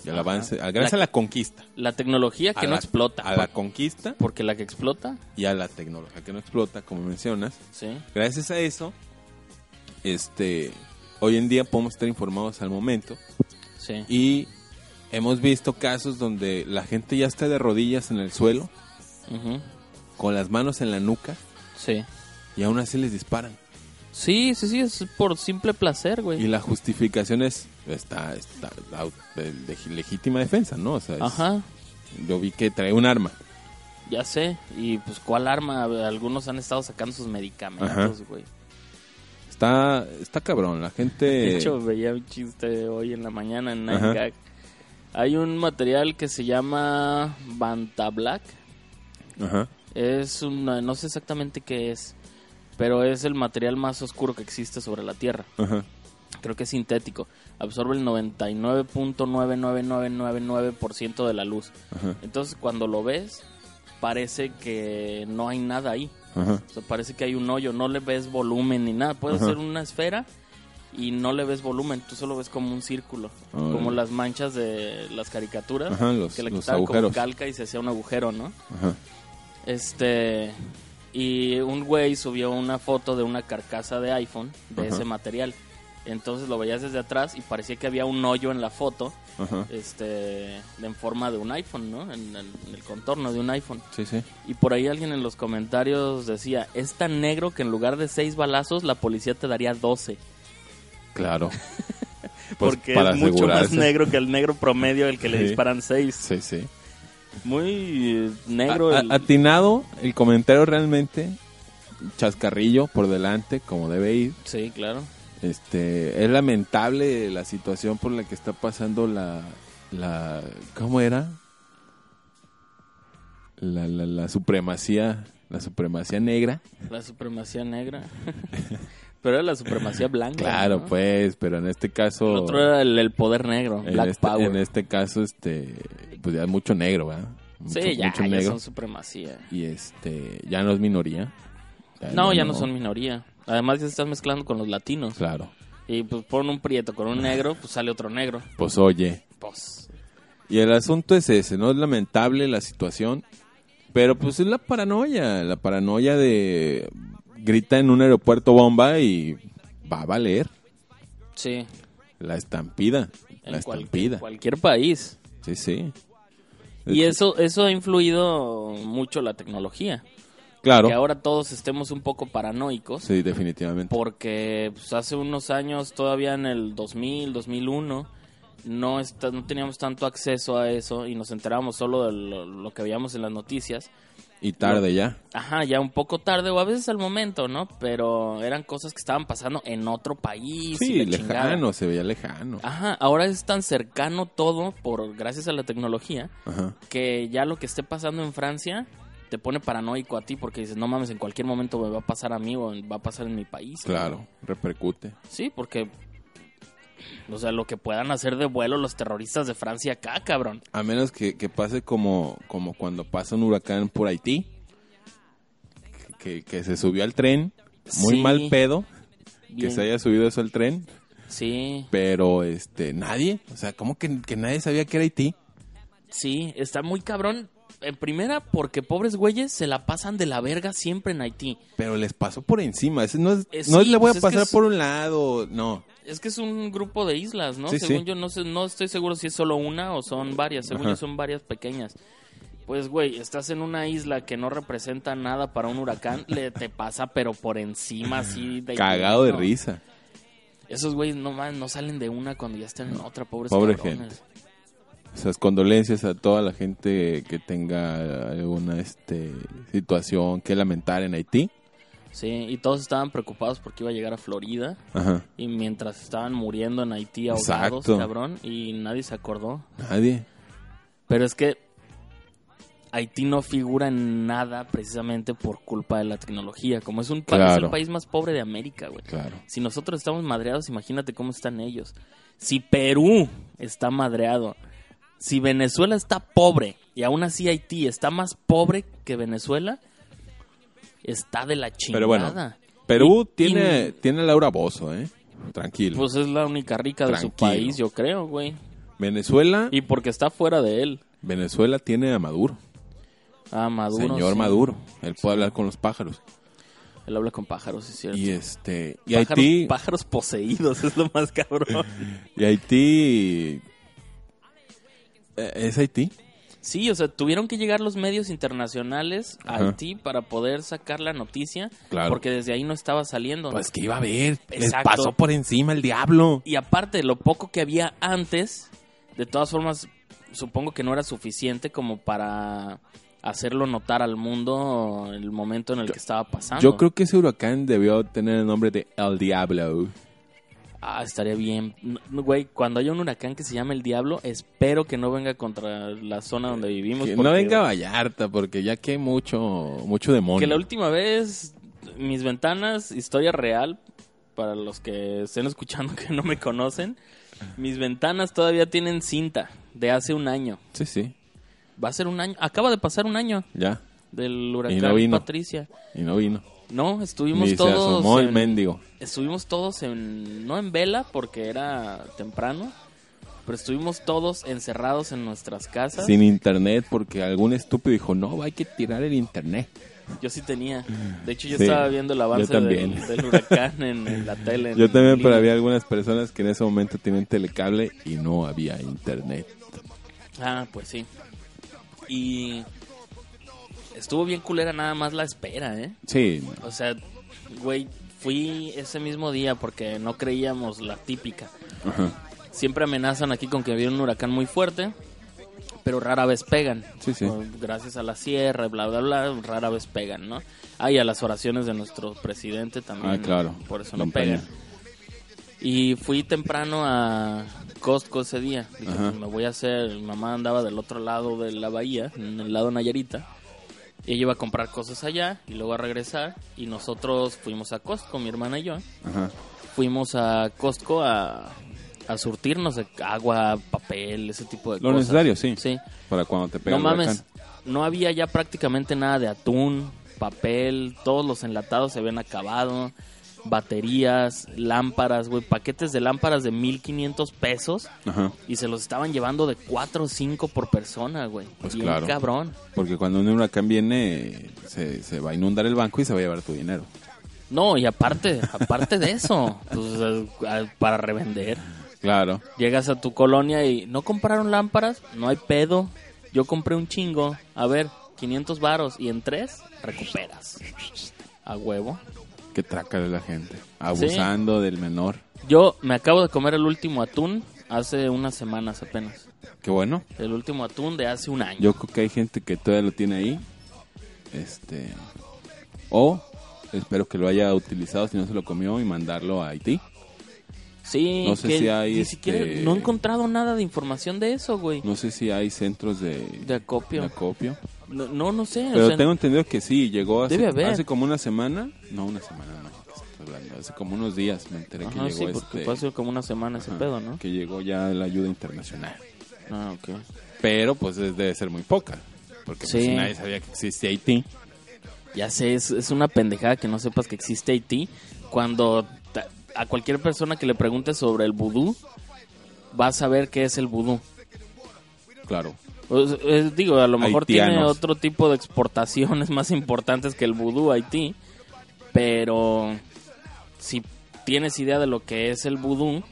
Speaker 3: y al
Speaker 2: Ajá.
Speaker 3: avance, a- gracias
Speaker 2: La-
Speaker 3: a la conquista.
Speaker 2: la tecnología que
Speaker 3: A
Speaker 2: no
Speaker 3: la-
Speaker 2: explota
Speaker 3: A la conquista
Speaker 2: porque la que explota
Speaker 3: y a la tecnología que no explota, como mencionas.
Speaker 2: sí
Speaker 3: Gracias a eso, este, hoy en día podemos estar informados al momento
Speaker 2: sí
Speaker 3: y hemos visto casos donde la gente ya está de rodillas en el suelo,
Speaker 2: Ujú.
Speaker 3: con las manos en la nuca
Speaker 2: sí
Speaker 3: y aún así les disparan.
Speaker 2: sí sí sí es por simple placer güey
Speaker 3: Y la justificación es está, está au- de- de- legítima defensa, ¿no? O sea, es-
Speaker 2: ajá
Speaker 3: yo vi que trae un arma.
Speaker 2: Ya sé, y pues cuál arma, algunos han estado sacando sus medicamentos, güey.
Speaker 3: Está está cabrón, la gente
Speaker 2: De hecho, veía un chiste hoy en la mañana en
Speaker 3: Eh. Ajá.
Speaker 2: Nine Gag. Hay un material que se llama Banta Black.
Speaker 3: Ajá.
Speaker 2: Es una, no sé exactamente qué es, pero es el material más oscuro que existe sobre la Tierra.
Speaker 3: Ajá.
Speaker 2: Creo que es sintético. Absorbe el 99.99999% de la luz.
Speaker 3: Ajá.
Speaker 2: Entonces, cuando lo ves, parece que no hay nada ahí.
Speaker 3: Ajá.
Speaker 2: O sea, parece que hay un hoyo, no le ves volumen ni nada. Puede
Speaker 3: Ajá.
Speaker 2: ser una esfera y no le ves volumen, tú solo ves como un círculo.
Speaker 3: Órale.
Speaker 2: Como las manchas de las caricaturas
Speaker 3: Ajá, los-
Speaker 2: que le
Speaker 3: los
Speaker 2: quitaban como
Speaker 3: agujeros.
Speaker 2: calca y se hacía un agujero, ¿no?
Speaker 3: Ajá.
Speaker 2: Este. Y un güey subió una foto de una carcasa de iPhone de
Speaker 3: Ajá.
Speaker 2: ese material. Entonces lo veías desde atrás y parecía que había un hoyo en la foto,
Speaker 3: Ajá.
Speaker 2: este, en forma de un iPhone, ¿no? En el- en el contorno de un iPhone.
Speaker 3: Sí, sí.
Speaker 2: Y por ahí alguien en los comentarios decía, es tan negro que en lugar de seis balazos la policía te daría 12.
Speaker 3: Claro. Pues,
Speaker 2: Porque
Speaker 3: para
Speaker 2: es mucho más
Speaker 3: asegurarse.
Speaker 2: negro que el negro promedio el que le
Speaker 3: Sí.
Speaker 2: disparan seis.
Speaker 3: Sí, sí.
Speaker 2: Muy eh, negro.
Speaker 3: A- a-
Speaker 2: el-
Speaker 3: atinado el comentario realmente chascarrillo por delante como debe ir.
Speaker 2: Sí, claro.
Speaker 3: Este, es lamentable la situación por la que está pasando la, la ¿cómo era? La, la, la supremacía, la supremacía negra.
Speaker 2: La supremacía negra. Pero era la supremacía blanca.
Speaker 3: Claro,
Speaker 2: ¿no?
Speaker 3: pues, pero en este caso
Speaker 2: El otro era el, el poder negro,
Speaker 3: en,
Speaker 2: Black
Speaker 3: este,
Speaker 2: Power.
Speaker 3: en este caso este pues ya es mucho negro, ¿verdad? Mucho,
Speaker 2: sí, ya,
Speaker 3: mucho
Speaker 2: ya
Speaker 3: negro
Speaker 2: son supremacía.
Speaker 3: y este ya no es minoría.
Speaker 2: No, ya no son minoría. Además ya se están mezclando con los latinos.
Speaker 3: Claro.
Speaker 2: Y pues pon un prieto con un negro, pues sale otro negro.
Speaker 3: Pues oye,
Speaker 2: Pues,
Speaker 3: Y el asunto es ese, ¿no? Es lamentable la situación, pero pues es la paranoia, la paranoia de grita en un aeropuerto bomba y va a valer
Speaker 2: sí.
Speaker 3: la estampida,
Speaker 2: En
Speaker 3: la
Speaker 2: cual-
Speaker 3: estampida.
Speaker 2: cualquier país.
Speaker 3: Sí, sí.
Speaker 2: Y eso, eso ha influido mucho la tecnología.
Speaker 3: claro.
Speaker 2: Que ahora todos estemos un poco paranoicos.
Speaker 3: Sí, definitivamente.
Speaker 2: Porque pues, hace unos años, todavía en el 2000, 2001, no, está, no teníamos tanto acceso a eso y nos enterábamos solo de lo, lo que veíamos en las noticias.
Speaker 3: Y tarde ya.
Speaker 2: Ajá, ya un poco tarde o a veces al momento, ¿no? Pero eran cosas que estaban pasando en otro país.
Speaker 3: Sí,
Speaker 2: y la chingada. Ah,
Speaker 3: lejano, se veía lejano.
Speaker 2: Ajá, ahora es tan cercano todo por gracias a la tecnología
Speaker 3: Ajá.
Speaker 2: que ya lo que esté pasando en Francia te pone paranoico a ti porque dices, no mames, en cualquier momento me va a pasar a mí o va a pasar en mi país.
Speaker 3: Claro, repercute.
Speaker 2: Sí, porque... O sea, lo que puedan hacer de vuelo los terroristas de Francia acá, cabrón.
Speaker 3: A menos que, que pase como, como cuando pasa un huracán por Haití, que, que se subió al tren, muy
Speaker 2: Sí.
Speaker 3: mal pedo, que
Speaker 2: Bien.
Speaker 3: se haya subido eso al tren,
Speaker 2: Sí,
Speaker 3: pero este nadie, o sea, como que, que nadie sabía que era Haití?
Speaker 2: sí, está muy cabrón. En primera, porque pobres güeyes se la pasan de la verga siempre en Haití.
Speaker 3: Pero les pasó por encima, ese no es,
Speaker 2: Eh,
Speaker 3: no es
Speaker 2: sí,
Speaker 3: le voy
Speaker 2: pues es
Speaker 3: a
Speaker 2: que
Speaker 3: pasar
Speaker 2: es-
Speaker 3: por un lado, no.
Speaker 2: Es que es un grupo de islas, ¿no?
Speaker 3: Sí,
Speaker 2: según
Speaker 3: sí.
Speaker 2: yo, no, sé, no estoy seguro si es solo una o son varias. Según
Speaker 3: Ajá.
Speaker 2: yo, son varias pequeñas. Pues, güey, estás en una isla que no representa nada para un huracán, le te pasa, pero por encima, así de.
Speaker 3: Cagado de
Speaker 2: ¿no?
Speaker 3: risa.
Speaker 2: Esos güeyes no, más no salen de una cuando ya están en otra, pobres
Speaker 3: Pobre
Speaker 2: pues cabrones.
Speaker 3: gente. Esas condolencias a toda la gente que tenga alguna este, situación que lamentar en Haití.
Speaker 2: Sí, y todos estaban preocupados porque iba a llegar a Florida.
Speaker 3: Ajá.
Speaker 2: Y mientras estaban muriendo en Haití ahogados,
Speaker 3: Exacto.
Speaker 2: cabrón, y nadie se acordó.
Speaker 3: Nadie.
Speaker 2: Pero es que Haití no figura en nada precisamente por culpa de la tecnología. Como es, un pa- es el
Speaker 3: Claro.
Speaker 2: país más pobre de América, güey.
Speaker 3: Claro.
Speaker 2: Si nosotros estamos madreados, imagínate cómo están ellos. Si Perú está madreado, si Venezuela está pobre, y aún así Haití está más pobre que Venezuela, está de la chingada.
Speaker 3: Pero bueno, Perú
Speaker 2: Y-
Speaker 3: tiene,
Speaker 2: y-
Speaker 3: tiene a Laura Bozo, ¿eh? Tranquilo.
Speaker 2: Pues es la única rica de su
Speaker 3: Tranquilo.
Speaker 2: país, yo creo, güey.
Speaker 3: Venezuela,
Speaker 2: Y porque está fuera de él.
Speaker 3: Venezuela tiene a Maduro.
Speaker 2: Ah, Maduro.
Speaker 3: señor
Speaker 2: sí.
Speaker 3: Maduro. Él puede hablar con los pájaros.
Speaker 2: Él habla con pájaros, sí, es cierto.
Speaker 3: Y este. Y
Speaker 2: pájaros,
Speaker 3: Haití.
Speaker 2: pájaros poseídos, es lo más cabrón.
Speaker 3: Y Haití. eh, ¿Es Haití?
Speaker 2: sí, o sea, tuvieron que llegar los medios internacionales a
Speaker 3: Ajá.
Speaker 2: Haití para poder sacar la noticia.
Speaker 3: Claro.
Speaker 2: Porque desde ahí no estaba saliendo.
Speaker 3: Pues que iba a ver. Les
Speaker 2: Exacto.
Speaker 3: pasó por encima el diablo.
Speaker 2: Y aparte, lo poco que había antes, de todas formas, supongo que no era suficiente como para hacerlo notar al mundo el momento en el que estaba pasando.
Speaker 3: Yo creo que ese huracán debió tener el nombre de El Diablo.
Speaker 2: Ah, estaría bien. No, no, Güey, cuando haya un huracán que se llame el diablo, espero que no venga contra la zona donde vivimos.
Speaker 3: Que no
Speaker 2: porque-
Speaker 3: venga Vallarta, porque ya que hay mucho, mucho demonio.
Speaker 2: Que la última vez, mis ventanas, historia real, para los que estén escuchando que no me conocen, mis ventanas todavía tienen cinta de hace un año.
Speaker 3: Sí, sí,
Speaker 2: Va a ser un año, acaba de pasar un año
Speaker 3: ya.
Speaker 2: del huracán
Speaker 3: no vino.
Speaker 2: Patricia.
Speaker 3: Y no vino.
Speaker 2: No, estuvimos
Speaker 3: Ni se
Speaker 2: todos
Speaker 3: asomó el
Speaker 2: en-
Speaker 3: mendigo.
Speaker 2: Estuvimos todos en. No en vela, porque era temprano. Pero estuvimos todos encerrados en nuestras casas.
Speaker 3: Sin internet, porque algún estúpido dijo, no, hay que tirar el internet.
Speaker 2: Yo sí tenía. De hecho, yo
Speaker 3: Sí,
Speaker 2: estaba viendo el avance
Speaker 3: yo también.
Speaker 2: del, del huracán en, en la tele. en
Speaker 3: Yo también, pero
Speaker 2: línea.
Speaker 3: había algunas personas que en ese momento tenían telecable y no había internet.
Speaker 2: Ah, pues sí. Y. Estuvo bien culera nada más la espera, ¿eh?
Speaker 3: Sí,
Speaker 2: O sea, güey, fui ese mismo día porque no creíamos la típica.
Speaker 3: ajá,
Speaker 2: Siempre amenazan aquí con que viene un huracán muy fuerte, pero rara vez pegan.
Speaker 3: Sí, sí.
Speaker 2: O Gracias a la sierra, bla, bla, bla, rara vez pegan, ¿no? Ah, y a las oraciones de nuestro presidente también.
Speaker 3: Ah, claro.
Speaker 2: Por eso no
Speaker 3: Don Peña.
Speaker 2: pegan. Y fui temprano a Costco ese día. Dije,
Speaker 3: Ajá.
Speaker 2: me voy a hacer. Mi mamá andaba del otro lado de la bahía, en el lado Nayarita. Y ella iba a comprar cosas allá y luego a regresar. Y nosotros fuimos a Costco, mi hermana y yo
Speaker 3: ajá.
Speaker 2: fuimos a Costco a, a surtirnos de agua, papel, ese tipo de
Speaker 3: Lo
Speaker 2: cosas.
Speaker 3: necesario, sí.
Speaker 2: Sí.
Speaker 3: Para cuando te pega
Speaker 2: No
Speaker 3: el
Speaker 2: mames,
Speaker 3: huracán.
Speaker 2: no había ya prácticamente nada de atún, papel, todos los enlatados se habían acabado, baterías, lámparas, güey, paquetes de lámparas de 1500 pesos
Speaker 3: Ajá.
Speaker 2: y se los estaban llevando de 4 o 5 por persona, güey.
Speaker 3: Pues
Speaker 2: Bien
Speaker 3: claro.
Speaker 2: cabrón.
Speaker 3: Porque cuando un huracán viene, se, se va a inundar el banco y se va a llevar tu dinero.
Speaker 2: No, y aparte, aparte de eso, pues, eh, para revender.
Speaker 3: Claro.
Speaker 2: Llegas a tu colonia y no compraron lámparas, no hay pedo. Yo compré un chingo. A ver, 500 varos y en tres recuperas. A huevo.
Speaker 3: Que traca de la gente. Abusando del menor.
Speaker 2: Yo me acabo de comer el último atún hace unas semanas apenas.
Speaker 3: Qué bueno.
Speaker 2: El último atún de hace un año.
Speaker 3: Yo creo que hay gente que todavía lo tiene ahí. Este. O espero que lo haya utilizado si no se lo comió y mandarlo a Haití.
Speaker 2: sí,
Speaker 3: no sé
Speaker 2: que
Speaker 3: si hay,
Speaker 2: ni siquiera
Speaker 3: este-
Speaker 2: no he encontrado nada de información de eso, güey.
Speaker 3: No sé si hay centros de,
Speaker 2: De acopio.
Speaker 3: de acopio.
Speaker 2: No, no, no sé. o
Speaker 3: Pero
Speaker 2: sea,
Speaker 3: tengo entendido que sí, llegó hace,
Speaker 2: Debe haber.
Speaker 3: hace como una semana. No, una semana no. ¿qué estoy hablando? Hace como unos días me enteré que
Speaker 2: ajá,
Speaker 3: llegó
Speaker 2: sí, porque
Speaker 3: este-
Speaker 2: fue hace como una semana ese
Speaker 3: ajá,
Speaker 2: pedo, ¿no?
Speaker 3: Que llegó ya la ayuda internacional.
Speaker 2: Ah, ok.
Speaker 3: Pero pues es- debe ser muy poca. Porque pues,
Speaker 2: Sí.
Speaker 3: nadie sabía que existía Haití.
Speaker 2: Ya sé, es, es una pendejada que no sepas que existe Haití. Cuando ta- a cualquier persona que le pregunte sobre el vudú, va a saber qué es el vudú.
Speaker 3: Claro.
Speaker 2: Pues, eh, digo, a lo mejor tiene
Speaker 3: Haitianos.
Speaker 2: otro tipo de exportaciones más importantes que el vudú a Haití, pero si tienes idea de lo que es el vudú,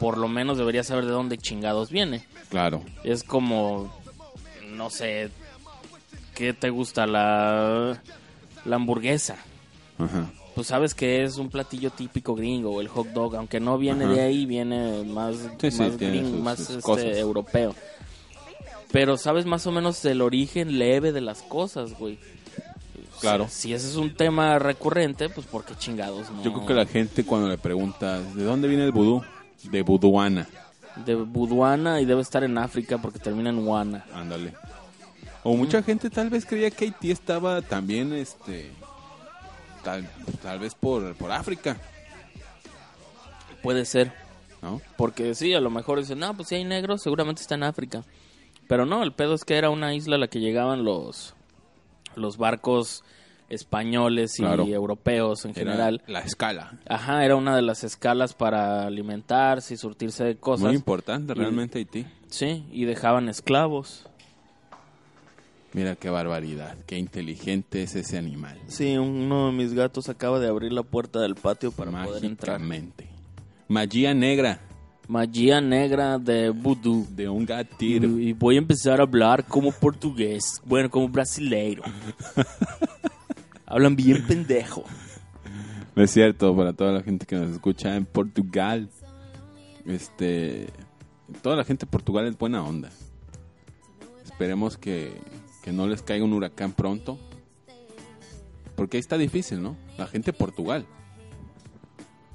Speaker 2: por lo menos deberías saber de dónde chingados viene.
Speaker 3: Claro.
Speaker 2: Es como, no sé, ¿qué te gusta? La, la hamburguesa.
Speaker 3: Ajá.
Speaker 2: Pues sabes que es un platillo típico gringo, o el hot dog, aunque no viene
Speaker 3: Ajá.
Speaker 2: de ahí, viene más,
Speaker 3: Sí, sí,
Speaker 2: más
Speaker 3: tiene
Speaker 2: gringo,
Speaker 3: sus-
Speaker 2: más
Speaker 3: sus
Speaker 2: este,
Speaker 3: cosas.
Speaker 2: europeo. Pero sabes más o menos el origen leve de las cosas, güey.
Speaker 3: Claro.
Speaker 2: Si, si ese es un tema recurrente, pues por qué chingados, ¿no?
Speaker 3: Yo creo que la gente cuando le preguntas, ¿de dónde viene el vudú? De Buduana.
Speaker 2: De Buduana y debe estar en África porque termina en Guana.
Speaker 3: Ándale. O mucha gente tal vez creía que Haití estaba también, este, tal, tal vez por, por África,
Speaker 2: Puede ser.
Speaker 3: ¿no?
Speaker 2: Porque sí, a lo mejor dicen, no, pues si hay negros, seguramente está en África. Pero no, el pedo es que era una isla a la que llegaban los, los barcos españoles y
Speaker 3: Claro.
Speaker 2: europeos en
Speaker 3: Era
Speaker 2: general.
Speaker 3: La escala.
Speaker 2: Ajá, era una de las escalas para alimentarse y surtirse de cosas.
Speaker 3: Muy importante realmente Haití.
Speaker 2: sí, y dejaban esclavos.
Speaker 3: Mira qué barbaridad, qué inteligente es ese animal.
Speaker 2: Sí, uno de mis gatos acaba de abrir la puerta del patio para poder entrar.
Speaker 3: Mágicamente. Magia negra
Speaker 2: Magia negra de vudú.
Speaker 3: de un gatiro.
Speaker 2: Y voy a empezar a hablar como portugués, bueno, como brasileiro. Hablan bien pendejo.
Speaker 3: No es cierto, para toda la gente que nos escucha en Portugal. Este. Toda la gente de Portugal es buena onda. Esperemos que, que no les caiga un huracán pronto. Porque ahí está difícil, ¿no? La gente de Portugal.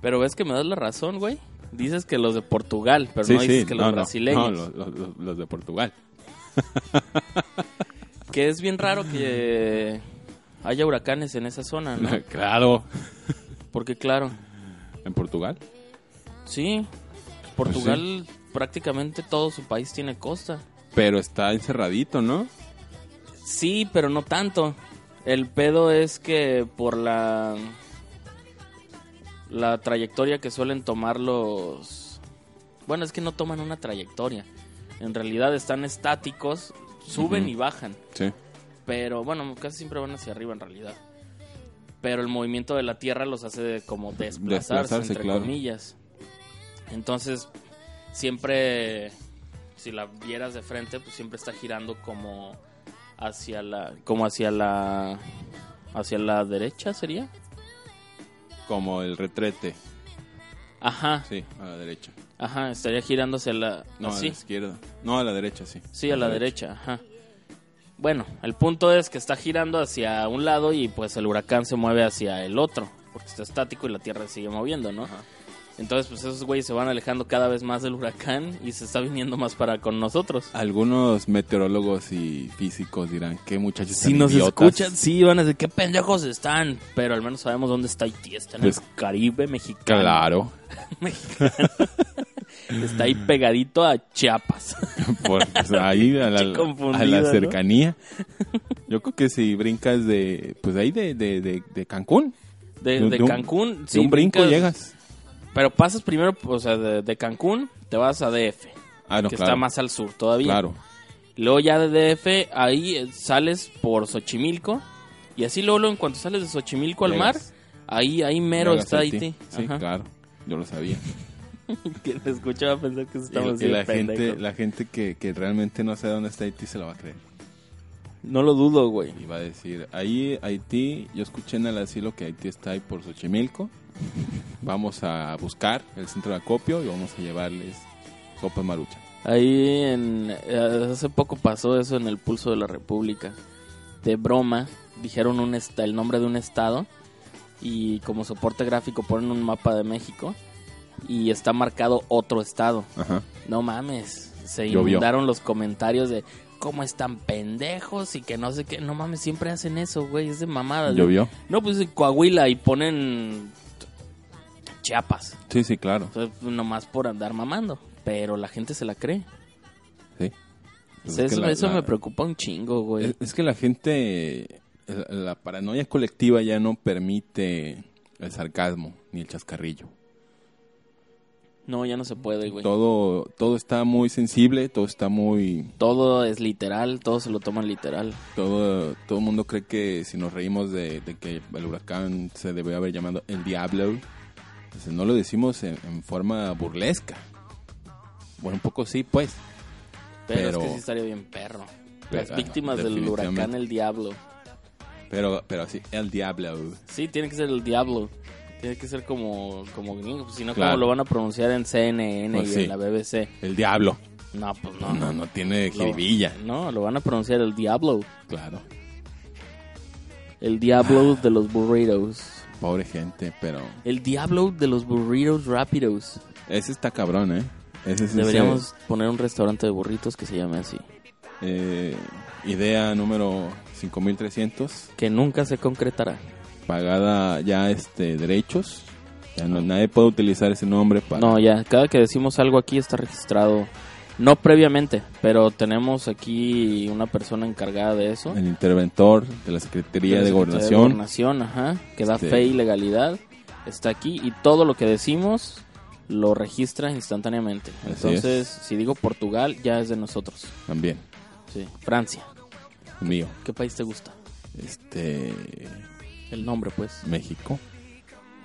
Speaker 2: Pero ves que me das la razón, güey. Dices que los de Portugal, pero no dices que los brasileños.
Speaker 3: no, los, los- los de Portugal.
Speaker 2: Que es bien raro que haya huracanes en esa zona, ¿no?
Speaker 3: claro.
Speaker 2: Porque claro,
Speaker 3: En Portugal.
Speaker 2: sí, Portugal prácticamente todo su país tiene costa.
Speaker 3: Pero está encerradito, ¿no?
Speaker 2: Sí, pero no tanto. El pedo es que por la la trayectoria que suelen tomar los bueno, es que no toman una trayectoria. En realidad están estáticos, suben
Speaker 3: Ujú.
Speaker 2: y bajan,
Speaker 3: Sí.
Speaker 2: pero bueno, casi siempre van hacia arriba en realidad. Pero el movimiento de la Tierra los hace de- como desplazarse,
Speaker 3: Desplazarse,
Speaker 2: entre
Speaker 3: claro.
Speaker 2: comillas. Entonces, siempre si la vieras de frente, pues siempre está girando como hacia la como hacia la hacia la derecha sería.
Speaker 3: Como el retrete.
Speaker 2: Ajá,
Speaker 3: Sí, a la derecha.
Speaker 2: ajá, estaría girando hacia la
Speaker 3: No, a
Speaker 2: ¿Ah, sí,
Speaker 3: la izquierda. No, a la derecha, sí.
Speaker 2: sí, a la derecha, ajá. Bueno, el punto es que está girando hacia un lado y pues el huracán se mueve hacia el otro, porque está estático y la Tierra sigue moviendo, ¿no?
Speaker 3: Ajá.
Speaker 2: Entonces, pues esos güeyes se van alejando cada vez más del huracán y se está viniendo más para con nosotros.
Speaker 3: Algunos meteorólogos y físicos dirán que muchachos
Speaker 2: Si
Speaker 3: tan
Speaker 2: nos
Speaker 3: idiotas?"
Speaker 2: escuchan, sí, van a decir, qué pendejos están. Pero al menos sabemos dónde está Haití. Está en
Speaker 3: Pues,
Speaker 2: el Caribe mexicano.
Speaker 3: Claro,
Speaker 2: Está ahí pegadito a Chiapas.
Speaker 3: pues ahí a
Speaker 2: Qué
Speaker 3: la,
Speaker 2: confundido,
Speaker 3: a la
Speaker 2: ¿no?
Speaker 3: cercanía. Yo creo que si brincas de, pues ahí de, de, de, de Cancún,
Speaker 2: De,
Speaker 3: De-
Speaker 2: de
Speaker 3: de un-
Speaker 2: Cancún.
Speaker 3: de un brinco
Speaker 2: brincas,
Speaker 3: llegas.
Speaker 2: Pero pasas primero, o sea, de, de Cancún te vas a DF.
Speaker 3: Ah, no,
Speaker 2: que
Speaker 3: claro,
Speaker 2: está más al sur todavía.
Speaker 3: claro.
Speaker 2: Luego ya de DF, ahí eh, sales por Xochimilco. Y así luego, luego, en cuanto sales de Xochimilco al mar,
Speaker 3: Llegas.
Speaker 2: ahí, ahí mero
Speaker 3: Llegas
Speaker 2: está
Speaker 3: a
Speaker 2: Haití.
Speaker 3: Sí,
Speaker 2: Ajá.
Speaker 3: claro, yo lo sabía.
Speaker 2: Que te escuchaba pensar que
Speaker 3: Y,
Speaker 2: estamos
Speaker 3: y
Speaker 2: bien
Speaker 3: la gente,
Speaker 2: pendejos.
Speaker 3: la gente que, que realmente no sabe dónde está Haití se la va a creer.
Speaker 2: No lo dudo, güey.
Speaker 3: Y va a decir, ahí Haití, yo escuché en el asilo que Haití está ahí por Xochimilco. Vamos a buscar el centro de acopio y vamos a llevarles sopa marucha.
Speaker 2: Ahí en, eh, hace poco pasó eso en el Pulso de la República. De broma, dijeron un esta- el nombre de un estado y como soporte gráfico ponen un mapa de México y está marcado otro estado.
Speaker 3: Ajá.
Speaker 2: No mames, se
Speaker 3: Llovió.
Speaker 2: inundaron los comentarios de cómo están pendejos y que no sé qué. No mames, siempre hacen eso, güey, es de mamada.
Speaker 3: ¿Llovió?
Speaker 2: No, pues en Coahuila y ponen Chiapas.
Speaker 3: Sí, sí, claro.
Speaker 2: O sea, nomás por andar mamando. Pero la gente se la cree.
Speaker 3: Sí.
Speaker 2: O
Speaker 3: Pues
Speaker 2: sea,
Speaker 3: es que
Speaker 2: eso
Speaker 3: la-
Speaker 2: eso
Speaker 3: la-
Speaker 2: me preocupa un chingo, güey.
Speaker 3: Es, es que la gente el- la paranoia colectiva ya no permite el sarcasmo ni el chascarrillo.
Speaker 2: No, ya no se puede, güey.
Speaker 3: Todo, todo está muy sensible, todo está muy...
Speaker 2: Todo es literal, todo se lo toman literal.
Speaker 3: Todo todo el mundo cree que si nos reímos de, de que el huracán se debe haber llamado el diablo, pues no lo decimos en, en forma burlesca. Bueno, un poco sí, pues.
Speaker 2: Pero,
Speaker 3: Pero-
Speaker 2: es que sí estaría bien perro.
Speaker 3: Pero,
Speaker 2: Las víctimas del
Speaker 3: definitivamente.
Speaker 2: huracán El Diablo.
Speaker 3: Pero, pero sí, el diablo.
Speaker 2: Sí, tiene que ser El Diablo. Tiene que ser como, como gringo. pues, Si no,
Speaker 3: Claro.
Speaker 2: ¿cómo lo van a pronunciar en CNN
Speaker 3: Pues
Speaker 2: y
Speaker 3: sí.
Speaker 2: en la BBC?
Speaker 3: El diablo.
Speaker 2: No, pues no.
Speaker 3: No, no, no tiene
Speaker 2: Lo-
Speaker 3: jiribilla.
Speaker 2: No, lo van a pronunciar El Diablo.
Speaker 3: Claro.
Speaker 2: El Diablo
Speaker 3: Ah.
Speaker 2: de los burritos.
Speaker 3: Pobre gente, pero...
Speaker 2: El Diablo de los burritos rápidos.
Speaker 3: Ese está cabrón, ¿eh? Ese sí
Speaker 2: Deberíamos poner un restaurante de burritos que se llame así.
Speaker 3: se- eh, idea número 5300.
Speaker 2: Que nunca se concretará.
Speaker 3: Pagada ya este derechos. Ya no, nadie puede utilizar ese nombre para...
Speaker 2: No, ya, cada que decimos algo aquí está registrado. No previamente, pero tenemos aquí una persona encargada de eso.
Speaker 3: El interventor de la Secretaría de,
Speaker 2: Secretaría
Speaker 3: Gobernación.
Speaker 2: Gobernación, ajá, que da
Speaker 3: Este-
Speaker 2: fe y legalidad. Está aquí y todo lo que decimos lo registra instantáneamente.
Speaker 3: Así
Speaker 2: Entonces,
Speaker 3: es.
Speaker 2: si digo Portugal, ya es de nosotros.
Speaker 3: También,
Speaker 2: Sí. Francia,
Speaker 3: el mío.
Speaker 2: ¿qué país te gusta?
Speaker 3: Este...
Speaker 2: El nombre, pues.
Speaker 3: México.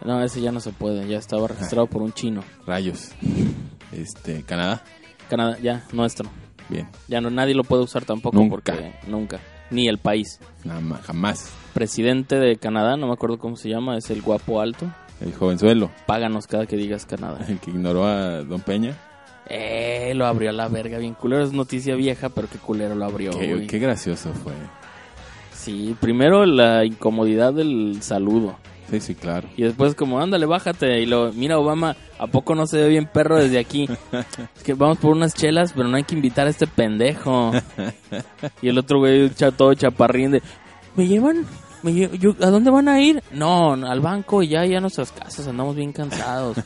Speaker 2: No, ese ya no se puede, ya estaba registrado por un chino.
Speaker 3: Rayos. Este... Canadá.
Speaker 2: Canadá, ya, nuestro.
Speaker 3: Bien.
Speaker 2: Ya no, nadie lo puede usar tampoco
Speaker 3: Nunca.
Speaker 2: porque nunca. Ni el país.
Speaker 3: Nada más, jamás.
Speaker 2: Presidente de Canadá, no me acuerdo cómo se llama, es el guapo alto.
Speaker 3: El jovenzuelo.
Speaker 2: Páganos cada que digas Canadá.
Speaker 3: El que ignoró a Don Peña.
Speaker 2: Eh, lo abrió a la verga, bien culero. Es noticia vieja, pero qué culero lo abrió.
Speaker 3: Qué,
Speaker 2: güey.
Speaker 3: qué gracioso fue.
Speaker 2: Sí, primero la incomodidad del saludo.
Speaker 3: Sí, sí, claro.
Speaker 2: Y después como, ándale, bájate. Y lo, mira Obama, ¿a poco no se ve bien perro desde aquí? es que vamos por unas chelas, pero no hay que invitar a este pendejo. y el otro güey cha- todo chaparrín de, ¿me llevan? ¿Me lle- yo- ¿A dónde van a ir? No, al banco y ya, ya a nuestras casas, andamos bien cansados.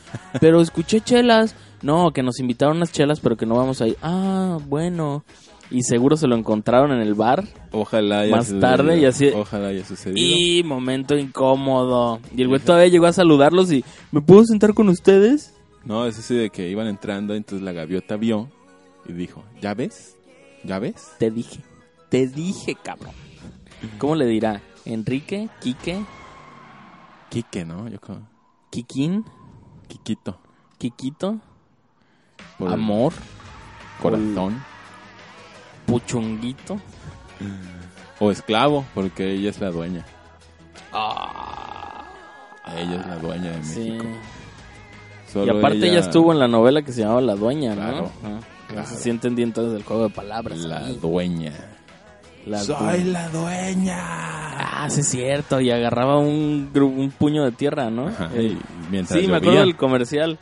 Speaker 2: pero escuché chelas. No, que nos invitaron unas chelas, pero que no vamos a ir. Ah, bueno. Y seguro se lo encontraron en el bar.
Speaker 3: Ojalá haya
Speaker 2: Más tarde y así-
Speaker 3: Ojalá haya sucedido.
Speaker 2: Y momento incómodo. Y el güey todavía llegó a saludarlos y ¿me puedo sentar con ustedes?
Speaker 3: No, es así de que iban entrando, entonces la gaviota vio y dijo, ¿ya ves? ¿Ya ves?
Speaker 2: Te dije. Te dije, cabrón. ¿Cómo le dirá? Enrique, Quique,
Speaker 3: Quique, ¿no? Yo creo.
Speaker 2: Quiquín,
Speaker 3: Quiquito.
Speaker 2: Quiquito,
Speaker 3: Por el
Speaker 2: Amor,
Speaker 3: Corazón.
Speaker 2: Puchunguito.
Speaker 3: O esclavo, porque ella es la dueña.
Speaker 2: Ah,
Speaker 3: Ella es la dueña de
Speaker 2: sí.
Speaker 3: México.
Speaker 2: Y
Speaker 3: Solo
Speaker 2: aparte ella... estuvo en la novela que se llamaba La Dueña, ¿no?
Speaker 3: Claro,
Speaker 2: Ah,
Speaker 3: claro.
Speaker 2: Se sienten bien entonces del juego de palabras.
Speaker 3: La
Speaker 2: ahí.
Speaker 3: dueña.
Speaker 2: La
Speaker 3: ¡Soy la dueña!
Speaker 2: Ah, sí es cierto. Y agarraba un, gru- un puño de tierra, ¿no? Eh,
Speaker 3: Ajá,
Speaker 2: El-
Speaker 3: y mientras
Speaker 2: Sí, me
Speaker 3: llovía,
Speaker 2: acuerdo del comercial.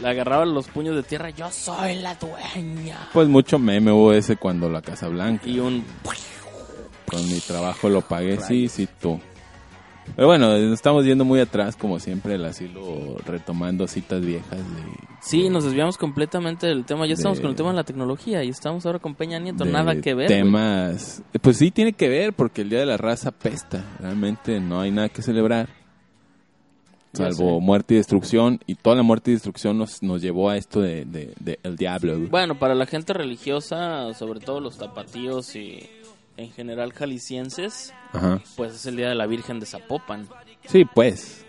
Speaker 2: Le agarraban los puños de tierra. Yo soy la dueña.
Speaker 3: Pues mucho meme hubo ese cuando la Casa Blanca.
Speaker 2: Y un.
Speaker 3: Con mi trabajo lo pagué, sí, sí, tú. Pero bueno, nos estamos yendo muy atrás, como siempre, el asilo retomando citas viejas de,
Speaker 2: Sí, nos desviamos completamente del tema. Ya estamos
Speaker 3: De-
Speaker 2: con el tema de la tecnología y estamos ahora con Peña Nieto.
Speaker 3: de
Speaker 2: Nada que ver. güey.
Speaker 3: temas. Pues sí, tiene que ver, porque el Día de la Raza pesta. Realmente no hay nada que celebrar.
Speaker 2: Ya
Speaker 3: Salvo muerte y destrucción. Y toda la muerte y destrucción nos, nos llevó a esto de, de- de El Diablo. güey.
Speaker 2: Bueno, para la gente religiosa, sobre todo los tapatíos y en general jaliscienses,
Speaker 3: Ajá.
Speaker 2: pues es el día de la Virgen de Zapopan.
Speaker 3: Sí, pues.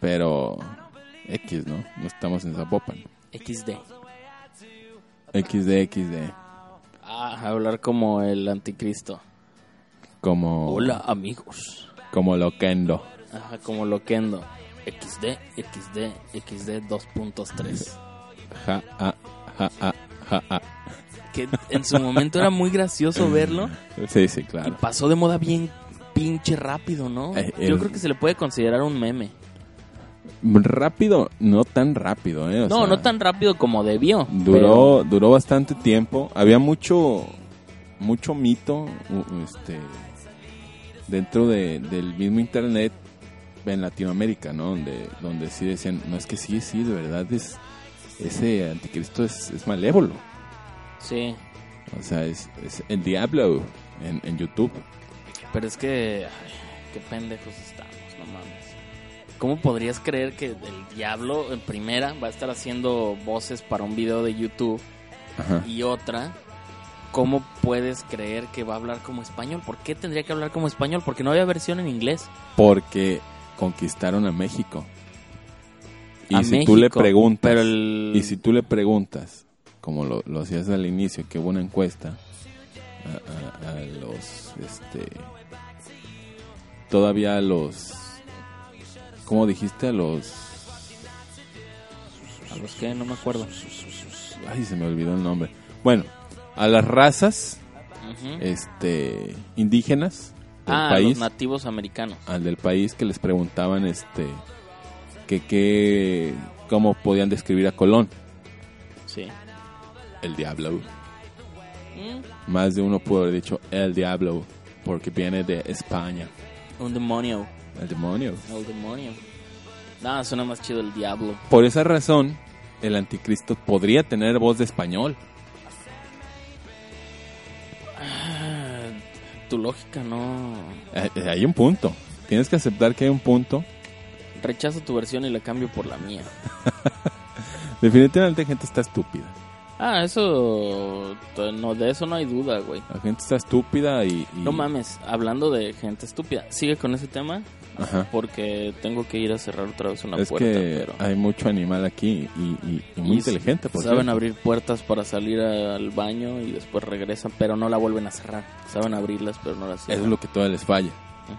Speaker 3: Pero. X, ¿no? No estamos en Zapopan.
Speaker 2: XD.
Speaker 3: XD, XD.
Speaker 2: Ah, hablar como el anticristo.
Speaker 3: Como.
Speaker 2: Hola, amigos.
Speaker 3: Como Loquendo.
Speaker 2: Ajá, como Loquendo. XD, XD, XD 2.3.
Speaker 3: Ja, ah, ja, ah, ja, ah.
Speaker 2: que en su momento era muy gracioso verlo
Speaker 3: Sí, sí,
Speaker 2: y
Speaker 3: claro.
Speaker 2: pasó de moda bien pinche rápido, ¿no?
Speaker 3: Eh,
Speaker 2: Yo
Speaker 3: el-
Speaker 2: creo que se le puede considerar un meme.
Speaker 3: Rápido, no tan rápido, ¿eh? O
Speaker 2: No,
Speaker 3: sea,
Speaker 2: no tan rápido como debió.
Speaker 3: Duró, duró bastante tiempo. Había mucho, mucho mito u- este, dentro de- del mismo internet en Latinoamérica, ¿no? Donde, donde sí decían, no es que sí, sí, de verdad es ese anticristo es, es malévolo.
Speaker 2: pero- sí.
Speaker 3: O sea, es, es el diablo en, en YouTube.
Speaker 2: Pero es que, ay, qué pendejos estamos, no mames. ¿Cómo podrías creer que el diablo en primera va a estar haciendo voces para un video de YouTube
Speaker 3: Ajá.
Speaker 2: y otra? ¿Cómo puedes creer que va a hablar como español? ¿Por qué tendría que hablar como español? Porque no había versión en inglés.
Speaker 3: Porque conquistaron a México. Y
Speaker 2: A
Speaker 3: si tú le
Speaker 2: México,
Speaker 3: preguntas,
Speaker 2: pero el-
Speaker 3: y si tú le preguntas, como lo, lo hacías al inicio, que hubo una encuesta a, a- a los, este, todavía a los, ¿cómo dijiste? A los,
Speaker 2: A los que no me acuerdo.
Speaker 3: ay, se me olvidó el nombre. Bueno, a las razas,
Speaker 2: Ujú.
Speaker 3: este, indígenas del
Speaker 2: Ah, los
Speaker 3: país.
Speaker 2: nativos americanos.
Speaker 3: al del país que les preguntaban este que qué cómo podían describir a Colón,
Speaker 2: Sí.
Speaker 3: el diablo.
Speaker 2: Mm,
Speaker 3: Más de uno pudo haber dicho el diablo porque viene de España,
Speaker 2: Un demonio.
Speaker 3: el demonio.
Speaker 2: El demonio. Nada, suena más chido el diablo.
Speaker 3: Por esa razón, el anticristo podría tener voz de español.
Speaker 2: Ah, tu lógica no.
Speaker 3: Eh, eh, Hay un punto. Tienes que aceptar que hay un punto.
Speaker 2: Rechazo tu versión y la cambio por la mía.
Speaker 3: Definitivamente la gente está estúpida.
Speaker 2: Ah, eso. t- No, de eso no hay duda, güey.
Speaker 3: La gente está estúpida y... y-
Speaker 2: No mames, hablando de gente estúpida, sigue con ese tema
Speaker 3: Ajá.
Speaker 2: porque tengo que ir a cerrar otra vez una
Speaker 3: Es
Speaker 2: puerta.
Speaker 3: que
Speaker 2: pero
Speaker 3: hay mucho animal aquí y, y- y muy
Speaker 2: Y
Speaker 3: inteligente. Por
Speaker 2: saben
Speaker 3: cierto.
Speaker 2: abrir puertas para salir al baño y después regresan, pero no la vuelven a cerrar. Saben abrirlas, pero no las
Speaker 3: Eso
Speaker 2: cierran.
Speaker 3: es lo que todavía les falla.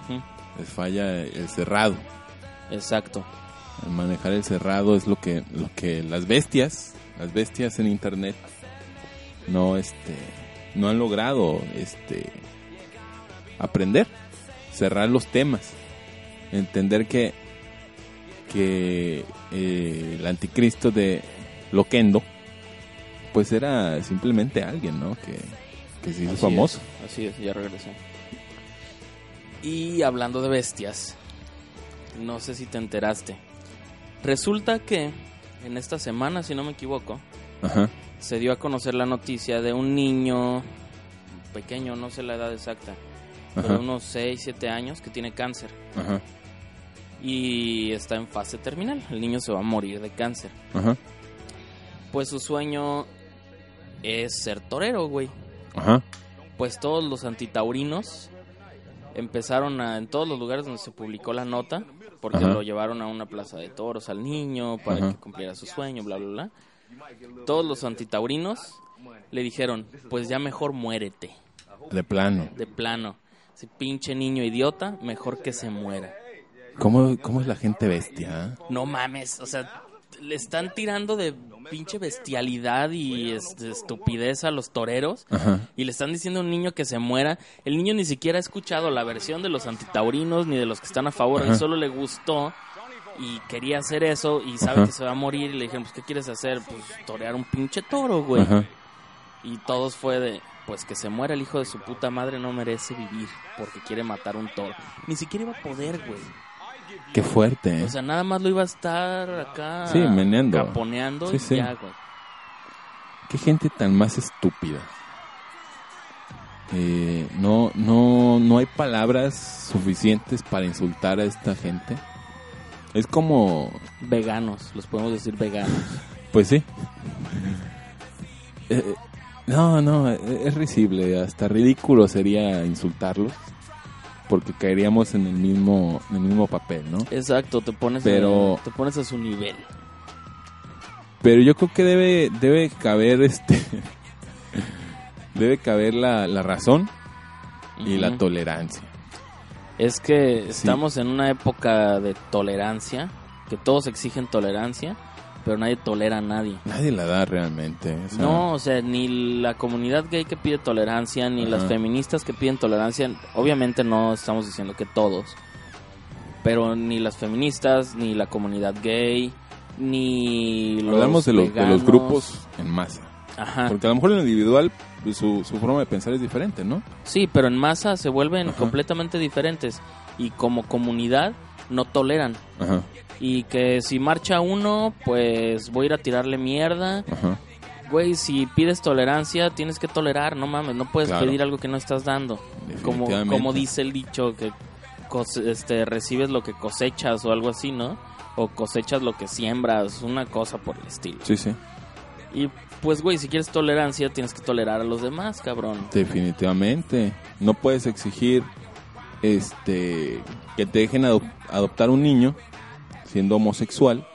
Speaker 2: Ujú,
Speaker 3: les falla el cerrado.
Speaker 2: Exacto.
Speaker 3: El manejar el cerrado es lo que, lo que las bestias, las bestias en internet no este no han logrado este aprender, cerrar los temas, entender que que eh, el anticristo de Loquendo pues era simplemente alguien, ¿no? Que, que se hizo
Speaker 2: Así
Speaker 3: famoso.
Speaker 2: es, así es, ya regresé. Y hablando de bestias, no sé si te enteraste. Resulta que en esta semana, si no me equivoco,
Speaker 3: Ajá.
Speaker 2: se dio a conocer la noticia de un niño pequeño, no sé la edad exacta, pero
Speaker 3: Ajá.
Speaker 2: de unos 6, 7 años que tiene cáncer
Speaker 3: Ajá.
Speaker 2: y está en fase terminal. El niño se va a morir de cáncer.
Speaker 3: Ajá.
Speaker 2: Pues su sueño es ser torero, güey.
Speaker 3: Ajá.
Speaker 2: pues todos los antitaurinos empezaron a, en todos los lugares donde se publicó la nota, porque
Speaker 3: Ajá.
Speaker 2: lo llevaron a una plaza de toros al niño para
Speaker 3: Ajá.
Speaker 2: que cumpliera su sueño, bla, bla, bla. Todos los antitaurinos le dijeron, pues ya mejor muérete,
Speaker 3: De plano.
Speaker 2: de plano. Ese pinche niño idiota, mejor que se muera.
Speaker 3: ¿Cómo, cómo es la gente bestia? eh?
Speaker 2: No mames, o sea, le están tirando de pinche bestialidad y es- estupidez a los toreros.
Speaker 3: Ajá.
Speaker 2: y le están diciendo a un niño que se muera. El niño ni siquiera ha escuchado la versión de los antitaurinos ni de los que están a favor.
Speaker 3: Ajá.
Speaker 2: Él solo le gustó y quería hacer eso y sabe
Speaker 3: Ajá.
Speaker 2: que se va a morir. Y le dijeron, pues, ¿qué quieres hacer? Pues, torear un pinche toro, güey.
Speaker 3: Ajá.
Speaker 2: Y todos fue de, pues, que se muera el hijo de su puta madre no merece vivir porque quiere matar un toro. Ni siquiera iba a poder, güey.
Speaker 3: Qué fuerte. ¿eh?
Speaker 2: O sea, nada más lo iba a estar acá...
Speaker 3: Sí, meneando.
Speaker 2: Caponeando
Speaker 3: Sí,
Speaker 2: y
Speaker 3: sí.
Speaker 2: ya, güey.
Speaker 3: Qué gente tan más estúpida. Eh, no, no, no hay palabras suficientes para insultar a esta gente. Es como,
Speaker 2: Veganos, los podemos decir veganos.
Speaker 3: pues sí. Eh, eh, no, no, eh, es risible, hasta ridículo sería insultarlos, porque caeríamos en el mismo, en el mismo papel, ¿no?
Speaker 2: Exacto, te pones,
Speaker 3: Pero-
Speaker 2: a, te pones a su nivel.
Speaker 3: Pero yo creo que debe, debe caber este. debe caber la, la razón y
Speaker 2: Ujú.
Speaker 3: la tolerancia.
Speaker 2: Es que
Speaker 3: Sí.
Speaker 2: estamos en una época de tolerancia, que todos exigen tolerancia, pero nadie tolera a nadie.
Speaker 3: Nadie la da realmente. o sea,
Speaker 2: no, o sea, ni la comunidad gay que pide tolerancia, ni las
Speaker 3: Ajá.
Speaker 2: feministas que piden tolerancia, obviamente no estamos diciendo que todos, pero ni las feministas, ni la comunidad gay, ni los
Speaker 3: Hablamos de los, de
Speaker 2: veganos.
Speaker 3: los
Speaker 2: Ah.
Speaker 3: grupos en masa.
Speaker 2: Ajá.
Speaker 3: Porque a lo mejor en lo individual pues, su, su forma de pensar es diferente, ¿no?
Speaker 2: Sí, pero en masa se vuelven
Speaker 3: Ajá.
Speaker 2: completamente diferentes y como comunidad no toleran.
Speaker 3: Ajá,
Speaker 2: y que si marcha uno, pues voy a ir a tirarle mierda
Speaker 3: ajá.
Speaker 2: Güey, si pides tolerancia, tienes que tolerar, no mames, no puedes
Speaker 3: Claro.
Speaker 2: pedir algo que no estás dando. Como,
Speaker 3: Definitivamente.
Speaker 2: como dice el dicho, que cose- este, recibes lo que cosechas o algo así, ¿no? O cosechas lo que siembras, una cosa por el estilo.
Speaker 3: Sí, sí.
Speaker 2: Y pues, güey, si quieres tolerancia, tienes que tolerar a los demás, cabrón.
Speaker 3: Definitivamente. No puedes exigir este que te dejen adop- adoptar un niño siendo homosexual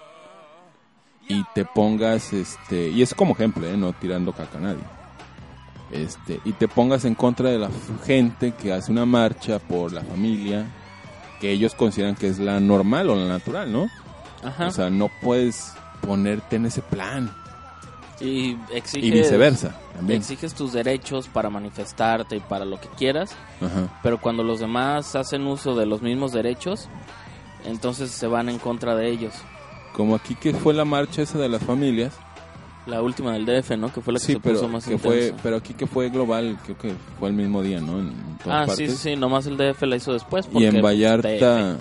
Speaker 3: y te pongas este y es como ejemplo, ¿eh? no tirando caca a nadie. Este, y te pongas en contra de la f- gente que hace una marcha por la familia que ellos consideran que es la normal o la natural, ¿no?
Speaker 2: Ajá.
Speaker 3: O sea, no puedes ponerte en ese plan
Speaker 2: y exiges,
Speaker 3: y viceversa también.
Speaker 2: Exiges tus derechos para manifestarte y para lo que quieras,
Speaker 3: Ajá.
Speaker 2: pero cuando los demás hacen uso de los mismos derechos, entonces se van en contra de ellos.
Speaker 3: Como aquí que fue la marcha esa de las familias,
Speaker 2: La última del DF, ¿no? Que fue la que
Speaker 3: sí,
Speaker 2: se
Speaker 3: pero,
Speaker 2: puso más
Speaker 3: que fue,
Speaker 2: intensa.
Speaker 3: pero aquí que fue global, creo que fue el mismo día, ¿no? En, en todas
Speaker 2: Ah, sí,
Speaker 3: partes.
Speaker 2: sí, sí, nomás el DF la hizo después.
Speaker 3: Y
Speaker 2: porque
Speaker 3: en
Speaker 2: DF.
Speaker 3: Vallarta,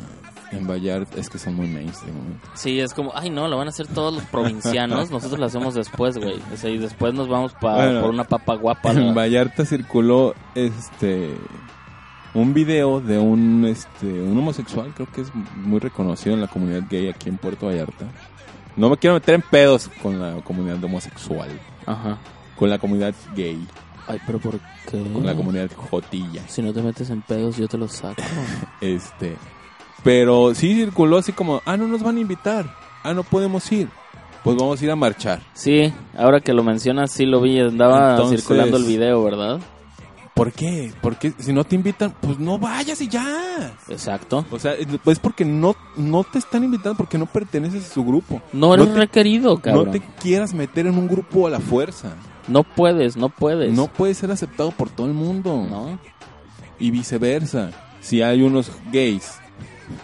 Speaker 3: en Vallarta, es que son muy mainstream. ¿no?
Speaker 2: Sí, es como, ay, no, lo van a hacer todos los provincianos. Nosotros lo hacemos después, güey. O sea, y después nos vamos pa-
Speaker 3: Bueno.
Speaker 2: por una papa guapa.
Speaker 3: En
Speaker 2: la-
Speaker 3: Vallarta circuló este un video de un este un homosexual, creo que es muy reconocido en la comunidad gay aquí en Puerto Vallarta. No me quiero meter en pedos con la comunidad homosexual,
Speaker 2: Ajá.
Speaker 3: con la comunidad gay,
Speaker 2: Ay, pero ¿por qué?
Speaker 3: con la comunidad jotilla.
Speaker 2: Si no te metes en pedos, yo te los saco.
Speaker 3: Este, pero sí circuló así como, ah, no nos van a invitar, ah, no podemos ir, pues vamos a ir a marchar.
Speaker 2: sí, ahora que lo mencionas, sí lo vi. Andaba
Speaker 3: Entonces-
Speaker 2: circulando el video, ¿verdad?
Speaker 3: ¿Por qué? Porque si no te invitan, pues no vayas y ya.
Speaker 2: Exacto.
Speaker 3: O sea, es es porque no, no te están invitando, porque no perteneces a su grupo.
Speaker 2: No eres
Speaker 3: te-
Speaker 2: requerido,
Speaker 3: No
Speaker 2: cabrón. No,
Speaker 3: te quieras meter en un grupo a la fuerza.
Speaker 2: puedes, no puedes.
Speaker 3: No puedes ser aceptado por todo el mundo.
Speaker 2: Pues. ¿No?
Speaker 3: Y viceversa. Si hay unos gays,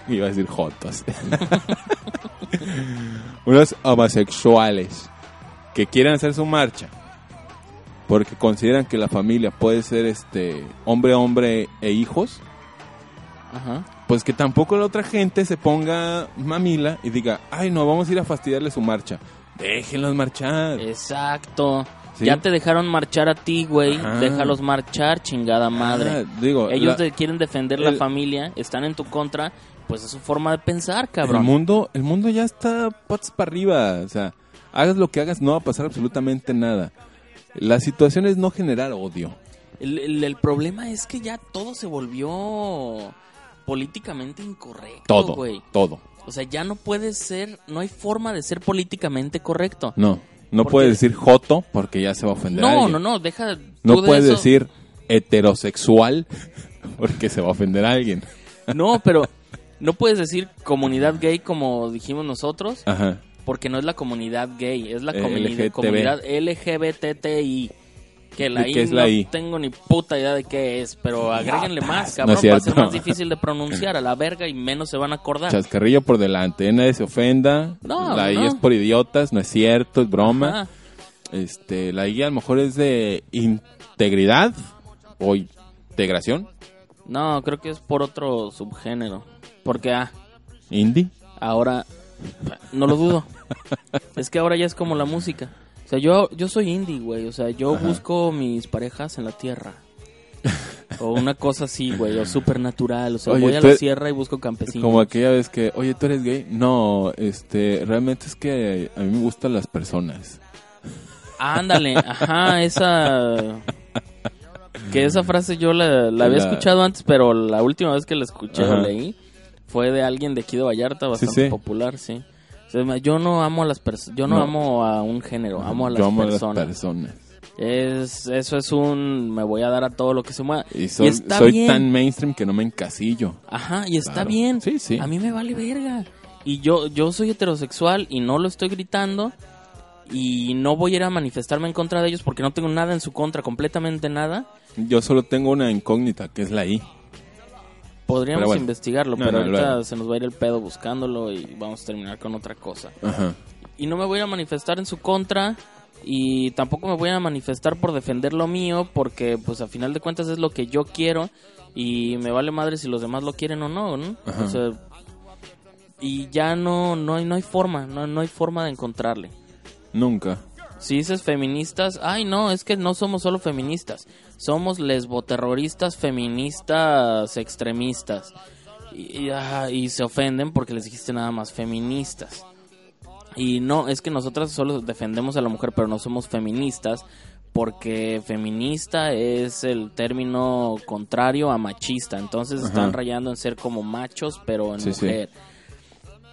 Speaker 3: iba a decir jotos, unos homosexuales que quieren hacer su marcha porque consideran que la familia puede ser este hombre, hombre e hijos,
Speaker 2: Ajá.
Speaker 3: pues que tampoco la otra gente se ponga mamila y diga, ay no, vamos a ir a fastidiarle su marcha. Déjenlos marchar.
Speaker 2: Eh, Exacto.
Speaker 3: ¿Sí?
Speaker 2: Ya te dejaron marchar a ti, güey.
Speaker 3: Ajá.
Speaker 2: Déjalos marchar, chingada madre.
Speaker 3: Ah, digo,
Speaker 2: Ellos
Speaker 3: la-
Speaker 2: te quieren defender la
Speaker 3: el-
Speaker 2: familia, están en tu contra. Pues es su forma de pensar,
Speaker 3: El
Speaker 2: cabrón.
Speaker 3: mundo, el mundo ya está patas para arriba. O sea, hagas lo que hagas, no va a pasar absolutamente nada. La situación es no generar odio.
Speaker 2: El, el- el problema es que ya todo se volvió políticamente incorrecto,
Speaker 3: Todo.
Speaker 2: güey.
Speaker 3: Todo.
Speaker 2: O sea, ya no puede ser, no hay forma de ser políticamente correcto.
Speaker 3: No. No
Speaker 2: Porque-
Speaker 3: puedes decir joto porque ya se va a ofender a
Speaker 2: No,
Speaker 3: alguien.
Speaker 2: no, no, deja. tú
Speaker 3: No
Speaker 2: de
Speaker 3: puedes
Speaker 2: eso-
Speaker 3: decir heterosexual porque se va a ofender a alguien.
Speaker 2: No, pero no puedes decir comunidad gay como dijimos nosotros,
Speaker 3: Ajá.
Speaker 2: porque no es la comunidad gay, es la
Speaker 3: Eh,
Speaker 2: comuni-
Speaker 3: LGTB.
Speaker 2: comunidad LGBTTI. Que la
Speaker 3: ¿Y
Speaker 2: I
Speaker 3: qué es
Speaker 2: no
Speaker 3: la I?
Speaker 2: tengo ni puta idea de qué es, pero agréguenle más,
Speaker 3: No
Speaker 2: cabrón,
Speaker 3: es
Speaker 2: va a ser
Speaker 3: cierto.
Speaker 2: más difícil de pronunciar a la verga y menos se van a acordar.
Speaker 3: Chascarrillo por delante. eh, Nadie se ofenda.
Speaker 2: Ah. No,
Speaker 3: la I
Speaker 2: no.
Speaker 3: es por idiotas. No es cierto. Es broma.
Speaker 2: Ajá.
Speaker 3: Este, la I a lo mejor es de integridad o integración.
Speaker 2: No, creo que es por otro subgénero. Porque, ah,
Speaker 3: Indie.
Speaker 2: ahora no lo dudo. es que ahora ya es como la música. O sea, yo, yo soy indie, güey. O sea, yo busco mis parejas en la tierra. O una cosa así, güey. O supernatural. O sea,
Speaker 3: Oye,
Speaker 2: voy a
Speaker 3: tú
Speaker 2: la
Speaker 3: eres-
Speaker 2: sierra y busco campesinos.
Speaker 3: Como aquella vez que, oye, ¿tú eres gay? No, este, realmente es que a mí me gustan las personas.
Speaker 2: Ándale, ajá, esa... Que esa frase yo la, la había
Speaker 3: La-
Speaker 2: escuchado antes, pero la última vez que la escuché
Speaker 3: Ajá.
Speaker 2: o leí fue de alguien de aquí de Vallarta, bastante
Speaker 3: sí.
Speaker 2: popular, sí. O sea, yo no amo a las personas, yo no,
Speaker 3: No.
Speaker 2: amo a un género, amo a las
Speaker 3: Yo amo
Speaker 2: personas.
Speaker 3: a las personas.
Speaker 2: es, eso es un me voy a dar a todo lo que se mueva.
Speaker 3: Y, soy-
Speaker 2: está
Speaker 3: soy
Speaker 2: bien.
Speaker 3: tan mainstream que no me encasillo.
Speaker 2: Ajá, y está
Speaker 3: Claro.
Speaker 2: bien.
Speaker 3: Sí, sí.
Speaker 2: A mí me vale verga. Y yo, yo soy heterosexual y no lo estoy gritando. Y no voy a ir a manifestarme en contra de ellos porque no tengo nada en su contra, completamente nada.
Speaker 3: Yo solo tengo una incógnita, que es la I.
Speaker 2: Podríamos
Speaker 3: Pero bueno.
Speaker 2: investigarlo,
Speaker 3: No,
Speaker 2: pero
Speaker 3: no,
Speaker 2: ahorita
Speaker 3: luego.
Speaker 2: se nos va a ir el pedo buscándolo y vamos a terminar con otra cosa.
Speaker 3: Ajá.
Speaker 2: Y no me voy a ir a manifestar en su contra y tampoco me voy a manifestar por defender lo mío porque pues a final de cuentas es lo que yo quiero y me vale madre si los demás lo quieren o no, ¿no?
Speaker 3: Ajá.
Speaker 2: O sea, y ya no no hay, no hay forma, no, no hay forma de encontrarle.
Speaker 3: Nunca.
Speaker 2: Si dices feministas, ay no, es que no somos solo feministas, somos lesboterroristas, feministas, extremistas. Y, y, ah, y se ofenden porque les dijiste nada más feministas. Y no, es que nosotras solo defendemos a la mujer, pero no somos feministas, porque feminista es el término contrario a machista. Entonces están
Speaker 3: Ajá.
Speaker 2: rayando en ser como machos, pero en
Speaker 3: Sí, sí.
Speaker 2: mujer.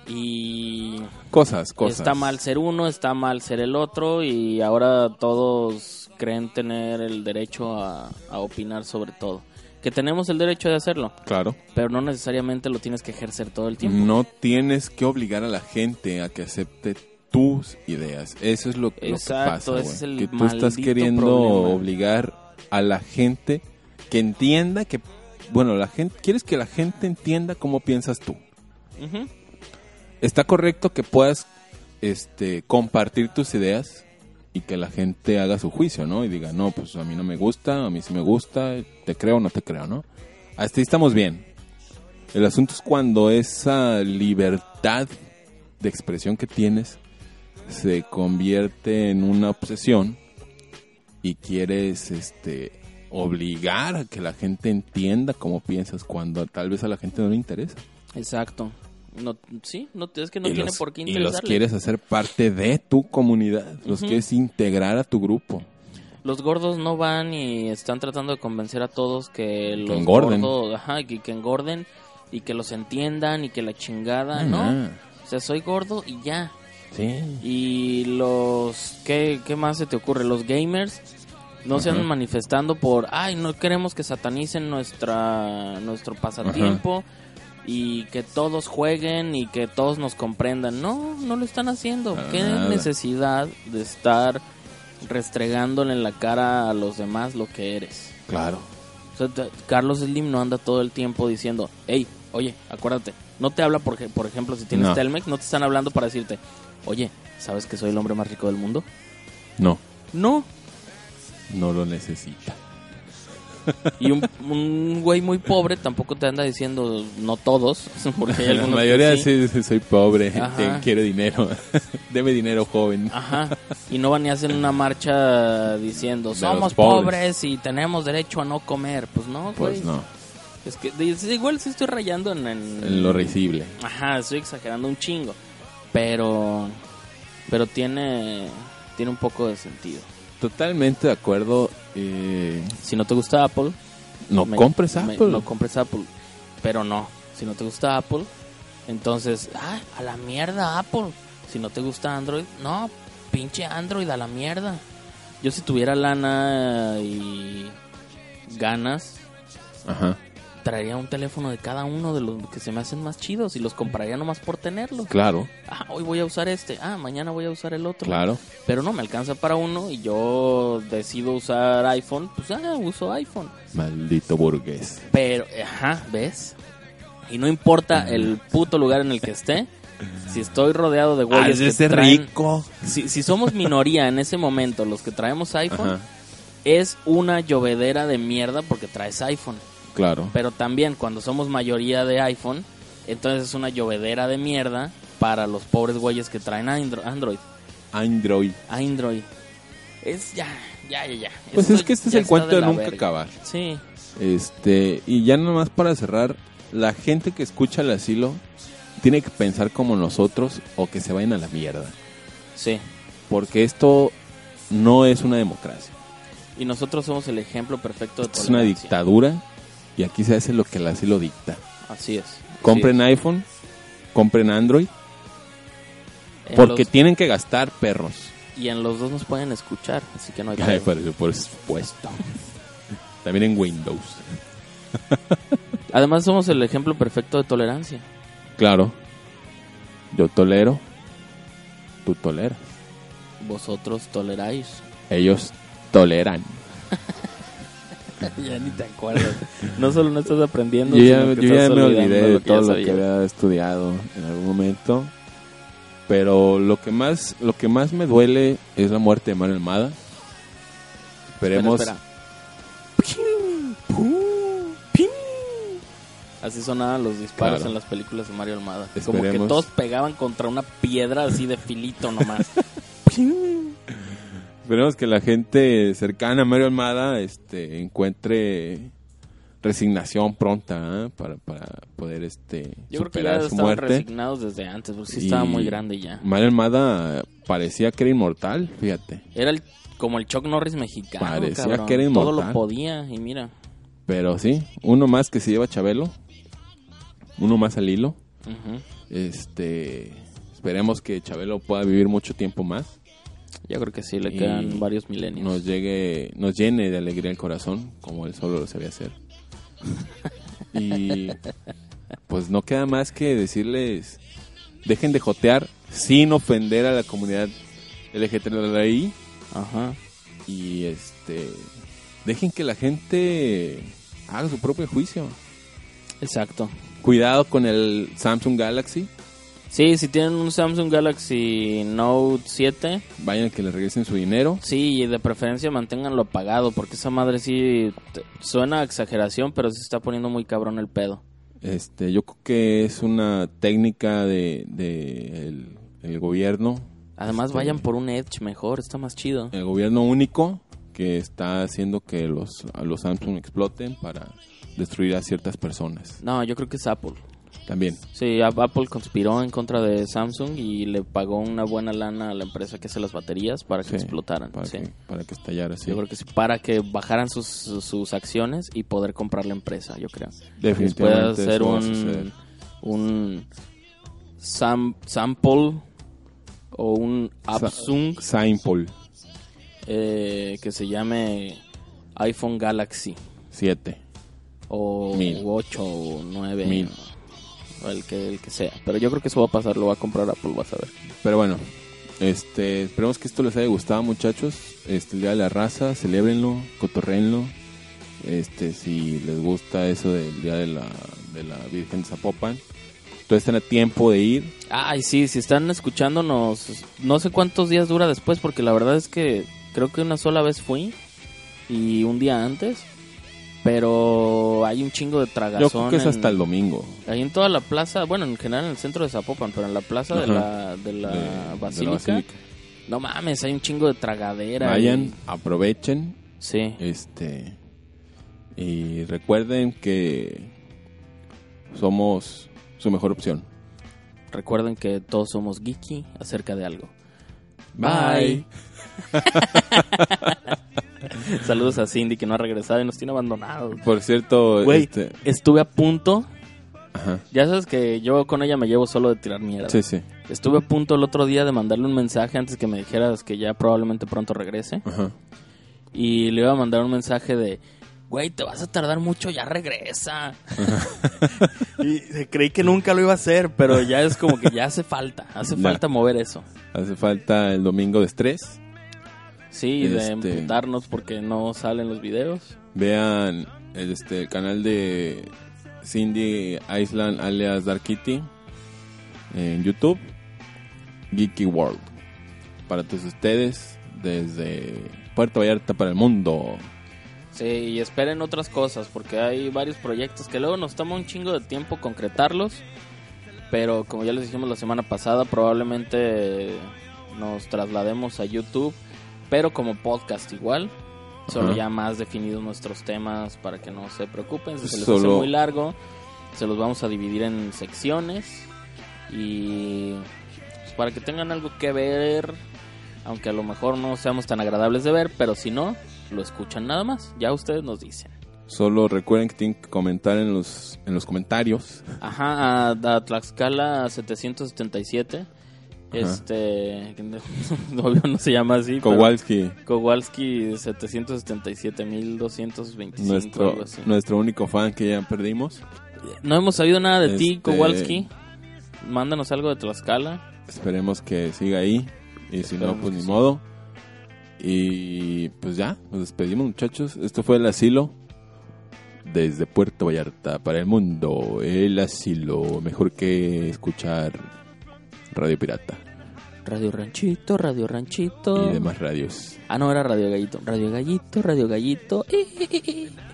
Speaker 2: Y
Speaker 3: Cosas, cosas.
Speaker 2: Está mal ser uno, está mal ser el otro y ahora todos creen tener el derecho a, a opinar sobre todo. Que tenemos el derecho de hacerlo,
Speaker 3: Claro.
Speaker 2: pero no necesariamente lo tienes que ejercer todo el tiempo.
Speaker 3: No tienes que obligar a la gente a que acepte tus ideas. Eso es lo, lo
Speaker 2: Exacto,
Speaker 3: que pasa,
Speaker 2: ese es
Speaker 3: güey.
Speaker 2: el
Speaker 3: que tú estás
Speaker 2: maldito
Speaker 3: queriendo
Speaker 2: problema.
Speaker 3: obligar a la gente que entienda que bueno, la gente quieres que la gente entienda cómo piensas tú. Mm.
Speaker 2: Ujú.
Speaker 3: Está correcto que puedas este compartir tus ideas y que la gente haga su juicio, ¿no? Y diga, "No, pues a mí no me gusta, a mí sí me gusta, te creo o no te creo", ¿no? Hasta ahí estamos bien. El asunto es cuando esa libertad de expresión que tienes se convierte en una obsesión y quieres este obligar a que la gente entienda cómo piensas cuando tal vez a la gente no le interesa.
Speaker 2: Exacto. No, sí, no, es que no
Speaker 3: Y
Speaker 2: tiene
Speaker 3: los-
Speaker 2: por qué
Speaker 3: Y los
Speaker 2: interesarle.
Speaker 3: quieres hacer parte de tu comunidad, los
Speaker 2: Ujú.
Speaker 3: quieres integrar a tu grupo.
Speaker 2: Los gordos no van y están tratando de convencer a todos que los
Speaker 3: engorden.
Speaker 2: gordos, ajá, que, que engorden y que los entiendan y que la chingada, ¿no?
Speaker 3: Ah,
Speaker 2: O sea, soy gordo y ya.
Speaker 3: Sí.
Speaker 2: Y los. ¿Qué, qué más se te ocurre? Los gamers no se
Speaker 3: Ajá.
Speaker 2: andan manifestando por. Ay, no queremos que satanicen nuestra nuestro pasatiempo y que todos jueguen y que todos nos comprendan. No, no lo están haciendo.
Speaker 3: Para
Speaker 2: ¿Qué
Speaker 3: Ah, nada.
Speaker 2: necesidad de estar restregándole en la cara a los demás lo que eres?
Speaker 3: Claro.
Speaker 2: O sea, te- Carlos Slim no anda todo el tiempo diciendo, hey, oye, acuérdate, no te habla, por, ej- por ejemplo, si tienes
Speaker 3: No.
Speaker 2: Telmex, no te están hablando para decirte, oye, ¿sabes que soy el hombre más rico del mundo?
Speaker 3: No,
Speaker 2: No.
Speaker 3: no lo necesita.
Speaker 2: Y un, un güey muy pobre tampoco te anda diciendo, no todos, porque hay
Speaker 3: la
Speaker 2: algunos que
Speaker 3: mayoría
Speaker 2: sí.
Speaker 3: sí, sí, soy pobre,
Speaker 2: Ajá. Ah,
Speaker 3: te- quiero dinero. Deme dinero, joven.
Speaker 2: Ajá. Y no van y hacen una marcha diciendo,
Speaker 3: De los
Speaker 2: somos
Speaker 3: pobres".
Speaker 2: pobres y tenemos derecho a no comer. Pues no, güey.
Speaker 3: Pues no,
Speaker 2: Es que de- igual sí estoy rayando en, en-
Speaker 3: en lo risible.
Speaker 2: Ajá, estoy exagerando un chingo. Pero. Pero tiene. Tiene un poco de sentido.
Speaker 3: Totalmente de acuerdo. eh,
Speaker 2: Si no te gusta Apple.
Speaker 3: no
Speaker 2: me-
Speaker 3: compres
Speaker 2: me-
Speaker 3: Apple.
Speaker 2: no compres Apple. Pero no. Si no te gusta Apple. Entonces. ¡Ah! A la mierda, Apple. Si no te gusta Android. No. Pinche Android a la mierda. Yo si tuviera lana y. ganas.
Speaker 3: Ajá.
Speaker 2: Traería un teléfono de cada uno de los que se me hacen más chidos y los compraría nomás por tenerlos.
Speaker 3: Claro,
Speaker 2: Ah, hoy voy a usar este. Ah, mañana voy a usar el otro.
Speaker 3: claro.
Speaker 2: pero no me alcanza para uno y yo decido usar iPhone, pues ah, uso iPhone.
Speaker 3: Maldito burgués.
Speaker 2: Pero, ajá, ¿ves? Y no importa el puto lugar en el que esté, si estoy rodeado de güeyes que
Speaker 3: Ah, ese
Speaker 2: traen-
Speaker 3: rico.
Speaker 2: Si, si somos minoría en ese momento, los que traemos iPhone,
Speaker 3: Ajá,
Speaker 2: es una llovedera de mierda porque traes iPhone.
Speaker 3: claro.
Speaker 2: Pero también cuando somos mayoría de iPhone, entonces es una llovedera de mierda para los pobres güeyes que traen Andro- Android.
Speaker 3: Android.
Speaker 2: Android. Es ya, ya, ya, ya.
Speaker 3: Pues
Speaker 2: Esto
Speaker 3: es que este es
Speaker 2: ya
Speaker 3: el
Speaker 2: está
Speaker 3: cuento de
Speaker 2: la
Speaker 3: nunca
Speaker 2: verga.
Speaker 3: acabar.
Speaker 2: Sí,
Speaker 3: Este, y ya nomás para cerrar, la gente que escucha el asilo tiene que pensar como nosotros o que se vayan a la mierda.
Speaker 2: sí.
Speaker 3: Porque esto no es una democracia.
Speaker 2: Y nosotros somos el ejemplo perfecto de
Speaker 3: Esto es una
Speaker 2: tolerancia.
Speaker 3: dictadura y aquí se hace lo que el asilo dicta.
Speaker 2: Así es.
Speaker 3: Compren iPhone, compren Android,
Speaker 2: Así es. En
Speaker 3: porque
Speaker 2: los-
Speaker 3: tienen que gastar perros.
Speaker 2: y en los dos nos pueden escuchar, así que no hay
Speaker 3: Ay,
Speaker 2: pedo.
Speaker 3: por- por supuesto. También en Windows.
Speaker 2: Además somos el ejemplo perfecto de tolerancia.
Speaker 3: Claro. Yo tolero. Tú toleras.
Speaker 2: Vosotros toleráis.
Speaker 3: Ellos toleran.
Speaker 2: ya ni te acuerdas. No solo no estás aprendiendo,
Speaker 3: Yo ya,
Speaker 2: sino que
Speaker 3: yo ya
Speaker 2: estás
Speaker 3: me
Speaker 2: olvidando
Speaker 3: olvidé de
Speaker 2: lo que ya
Speaker 3: todo lo que
Speaker 2: sabías.
Speaker 3: había estudiado en algún momento. Pero lo que más, lo que más me duele es la muerte de Mario Almada. Esperemos.
Speaker 2: Espera, espera. Así sonaban los disparos
Speaker 3: Claro.
Speaker 2: en las películas de Mario Almada. Como que
Speaker 3: Esperemos.
Speaker 2: todos pegaban contra una piedra así de filito nomás.
Speaker 3: Esperemos que la gente cercana a Mario Almada este, encuentre resignación pronta ¿eh? para, para poder este,
Speaker 2: Yo creo que ya
Speaker 3: superar su
Speaker 2: estaban
Speaker 3: muerte.
Speaker 2: resignados desde antes, porque sí
Speaker 3: Y-
Speaker 2: estaba muy grande ya.
Speaker 3: Mario Almada parecía que era inmortal, fíjate.
Speaker 2: Era el- como el Chuck Norris mexicano.
Speaker 3: Parecía
Speaker 2: cabrón.
Speaker 3: que era
Speaker 2: Todo
Speaker 3: inmortal.
Speaker 2: lo podía, y mira.
Speaker 3: Pero sí, uno más que se lleva Chabelo. Uno más al hilo.
Speaker 2: Ujú.
Speaker 3: Este, esperemos que Chabelo pueda vivir mucho tiempo más.
Speaker 2: Yo creo que sí, le
Speaker 3: Y
Speaker 2: quedan varios milenios.
Speaker 3: Nos llegue, nos llene de alegría el corazón, como él solo lo sabía hacer. y pues no queda más que decirles, dejen de jotear sin ofender a la comunidad LGTBI
Speaker 2: Ajá.
Speaker 3: y este, dejen que la gente haga su propio juicio.
Speaker 2: Exacto.
Speaker 3: Cuidado con el Samsung Galaxy.
Speaker 2: Sí, si tienen un Samsung Galaxy Note 7,
Speaker 3: Vayan a que le regresen su dinero.
Speaker 2: sí, y de preferencia manténganlo apagado, porque esa madre sí te- suena a exageración, pero se está poniendo muy cabrón el pedo.
Speaker 3: Este, yo creo que es una técnica de, de el, el gobierno,
Speaker 2: Además,
Speaker 3: Este- Eh.
Speaker 2: vayan por un Edge mejor, está más chido.
Speaker 3: el gobierno único que está haciendo que los, a los Samsung exploten para destruir a ciertas personas.
Speaker 2: No, yo creo que es Apple.
Speaker 3: También.
Speaker 2: Sí, a- Apple conspiró en contra de Samsung y le pagó una buena lana a la empresa que hace las baterías para que
Speaker 3: Sí,
Speaker 2: explotaran.
Speaker 3: Para,
Speaker 2: sí.
Speaker 3: que, para que estallara, sí.
Speaker 2: Yo creo que sí, para que bajaran sus, sus, sus acciones y poder comprar la empresa, yo creo. Les pueda
Speaker 3: Definitivamente
Speaker 2: hacer
Speaker 3: eso va a
Speaker 2: un,
Speaker 3: suceder.
Speaker 2: un sam- sample o un Samsung
Speaker 3: Sample
Speaker 2: eh, que se llame iPhone Galaxy
Speaker 3: 7.
Speaker 2: o
Speaker 3: Mil.
Speaker 2: 8 o 9
Speaker 3: Mil.
Speaker 2: o el que, el que sea. Pero yo creo que eso va a pasar, lo va a comprar Apple, vas a ver.
Speaker 3: Pero bueno, este, esperemos que esto les haya gustado, muchachos. Este, el Día de la Raza, celébrenlo, cotorrenlo. Este, si les gusta eso del Día de la, de la Virgen de Zapopan, todavía están a tiempo de ir.
Speaker 2: Ay, sí, si están escuchándonos, no sé cuántos días dura después, porque la verdad es que creo que una sola vez fui y un día antes, pero hay un chingo de tragazón.
Speaker 3: Yo creo que es
Speaker 2: en-
Speaker 3: hasta el domingo.
Speaker 2: Ahí en toda la plaza, bueno, en general en el centro de Zapopan, pero en la plaza de
Speaker 3: Ajá.
Speaker 2: la, de la
Speaker 3: de- de la
Speaker 2: basílica,
Speaker 3: basílica.
Speaker 2: No mames, hay un chingo de tragadera.
Speaker 3: Vayan,
Speaker 2: y-
Speaker 3: aprovechen.
Speaker 2: Sí.
Speaker 3: Este, y recuerden que somos su mejor opción.
Speaker 2: Recuerden que todos somos geeky acerca de algo.
Speaker 3: Bye.
Speaker 2: Saludos a Cindy que no ha regresado y nos tiene abandonados.
Speaker 3: Por cierto,
Speaker 2: Güey,
Speaker 3: este,
Speaker 2: estuve a punto.
Speaker 3: ajá.
Speaker 2: Ya sabes que yo con ella me llevo solo de tirar mierda.
Speaker 3: Sí, sí.
Speaker 2: Estuve a punto el otro día de mandarle un mensaje antes que me dijeras que ya probablemente pronto regrese.
Speaker 3: Ajá.
Speaker 2: Y le iba a mandar un mensaje de, güey, te vas a tardar mucho, ya regresa. y creí que nunca lo iba a hacer, pero ya es como que ya hace falta, hace
Speaker 3: Ya.
Speaker 2: falta mover eso.
Speaker 3: Hace falta el domingo de estrés.
Speaker 2: Sí, de
Speaker 3: Este.
Speaker 2: emputarnos porque no salen los videos.
Speaker 3: Vean el, este, el canal de Cindy Island alias Dark Kitty en YouTube. Geeky World. Para todos ustedes desde Puerto Vallarta para el mundo.
Speaker 2: Sí, y esperen otras cosas porque hay varios proyectos que luego nos toma un chingo de tiempo concretarlos. Pero como ya les dijimos la semana pasada, probablemente nos traslademos a YouTube, pero como podcast igual. Solo
Speaker 3: Ajá.
Speaker 2: ya más definidos nuestros temas para que no se preocupen. Si Pues se les hace
Speaker 3: Solo-
Speaker 2: muy largo, se los vamos a dividir en secciones. Y pues, para que tengan algo que ver, aunque a lo mejor no seamos tan agradables de ver, pero si no, lo escuchan nada más. Ya ustedes nos dicen.
Speaker 3: Solo recuerden que tienen que comentar en los, en los comentarios.
Speaker 2: Ajá, a, a Tlaxcala 777.
Speaker 3: Ajá.
Speaker 2: Este. Obvio no se llama así. pero-
Speaker 3: Kowalski,
Speaker 2: Kowalski 777.225.
Speaker 3: nuestro,
Speaker 2: algo así.
Speaker 3: nuestro único fan que ya perdimos.
Speaker 2: No hemos sabido nada de ti,
Speaker 3: Este-
Speaker 2: Kowalski. Mándanos algo de Tlaxcala.
Speaker 3: Esperemos que siga ahí. Y si no,
Speaker 2: Esperemos
Speaker 3: pues
Speaker 2: que
Speaker 3: ni
Speaker 2: sí.
Speaker 3: modo. Y pues ya, nos despedimos muchachos. Esto fue el asilo. Desde Puerto Vallarta para el mundo. El asilo. Mejor que escuchar Radio Pirata
Speaker 2: Radio Ranchito, Radio Ranchito.
Speaker 3: y demás radios.
Speaker 2: Ah, no, era Radio Gallito. Radio Gallito, Radio Gallito.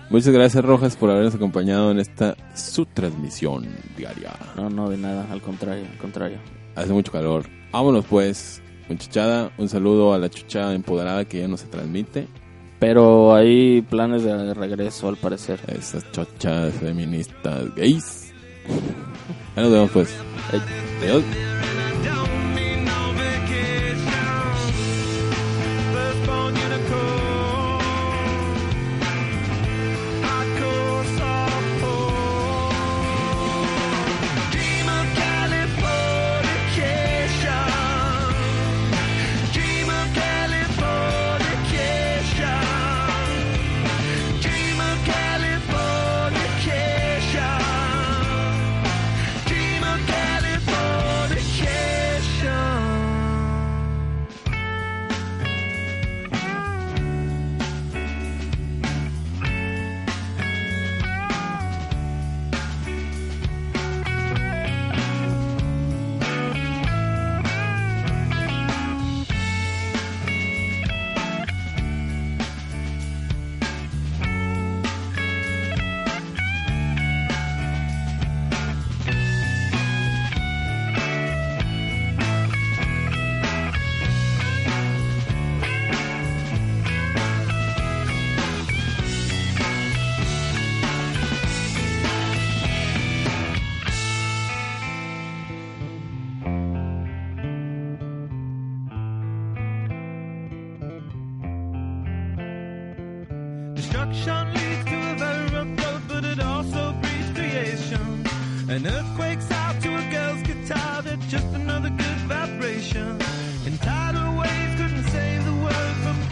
Speaker 3: Muchas gracias Rojas por habernos acompañado en esta su transmisión diaria.
Speaker 2: No, no, de nada, al contrario, al contrario.
Speaker 3: Hace mucho calor. Vámonos pues. Muchachada, un saludo a la chucha empoderada que ya no se transmite.
Speaker 2: Pero hay planes de regreso, al parecer.
Speaker 3: A Esas chochas feministas gays. Ya nos vemos pues.
Speaker 2: Ay.
Speaker 3: Adiós.
Speaker 4: Don't need no vacation. Firstborn unicorn. Hardcore soft porn. Dream of Californication. Dream of Californication. Dream of Californication. Dream of Californication. Destruction leads to a very rough road, but it also breeds creation. An earthquake's out to a girl's guitar, that's just another good vibration. And tidal waves couldn't save the world from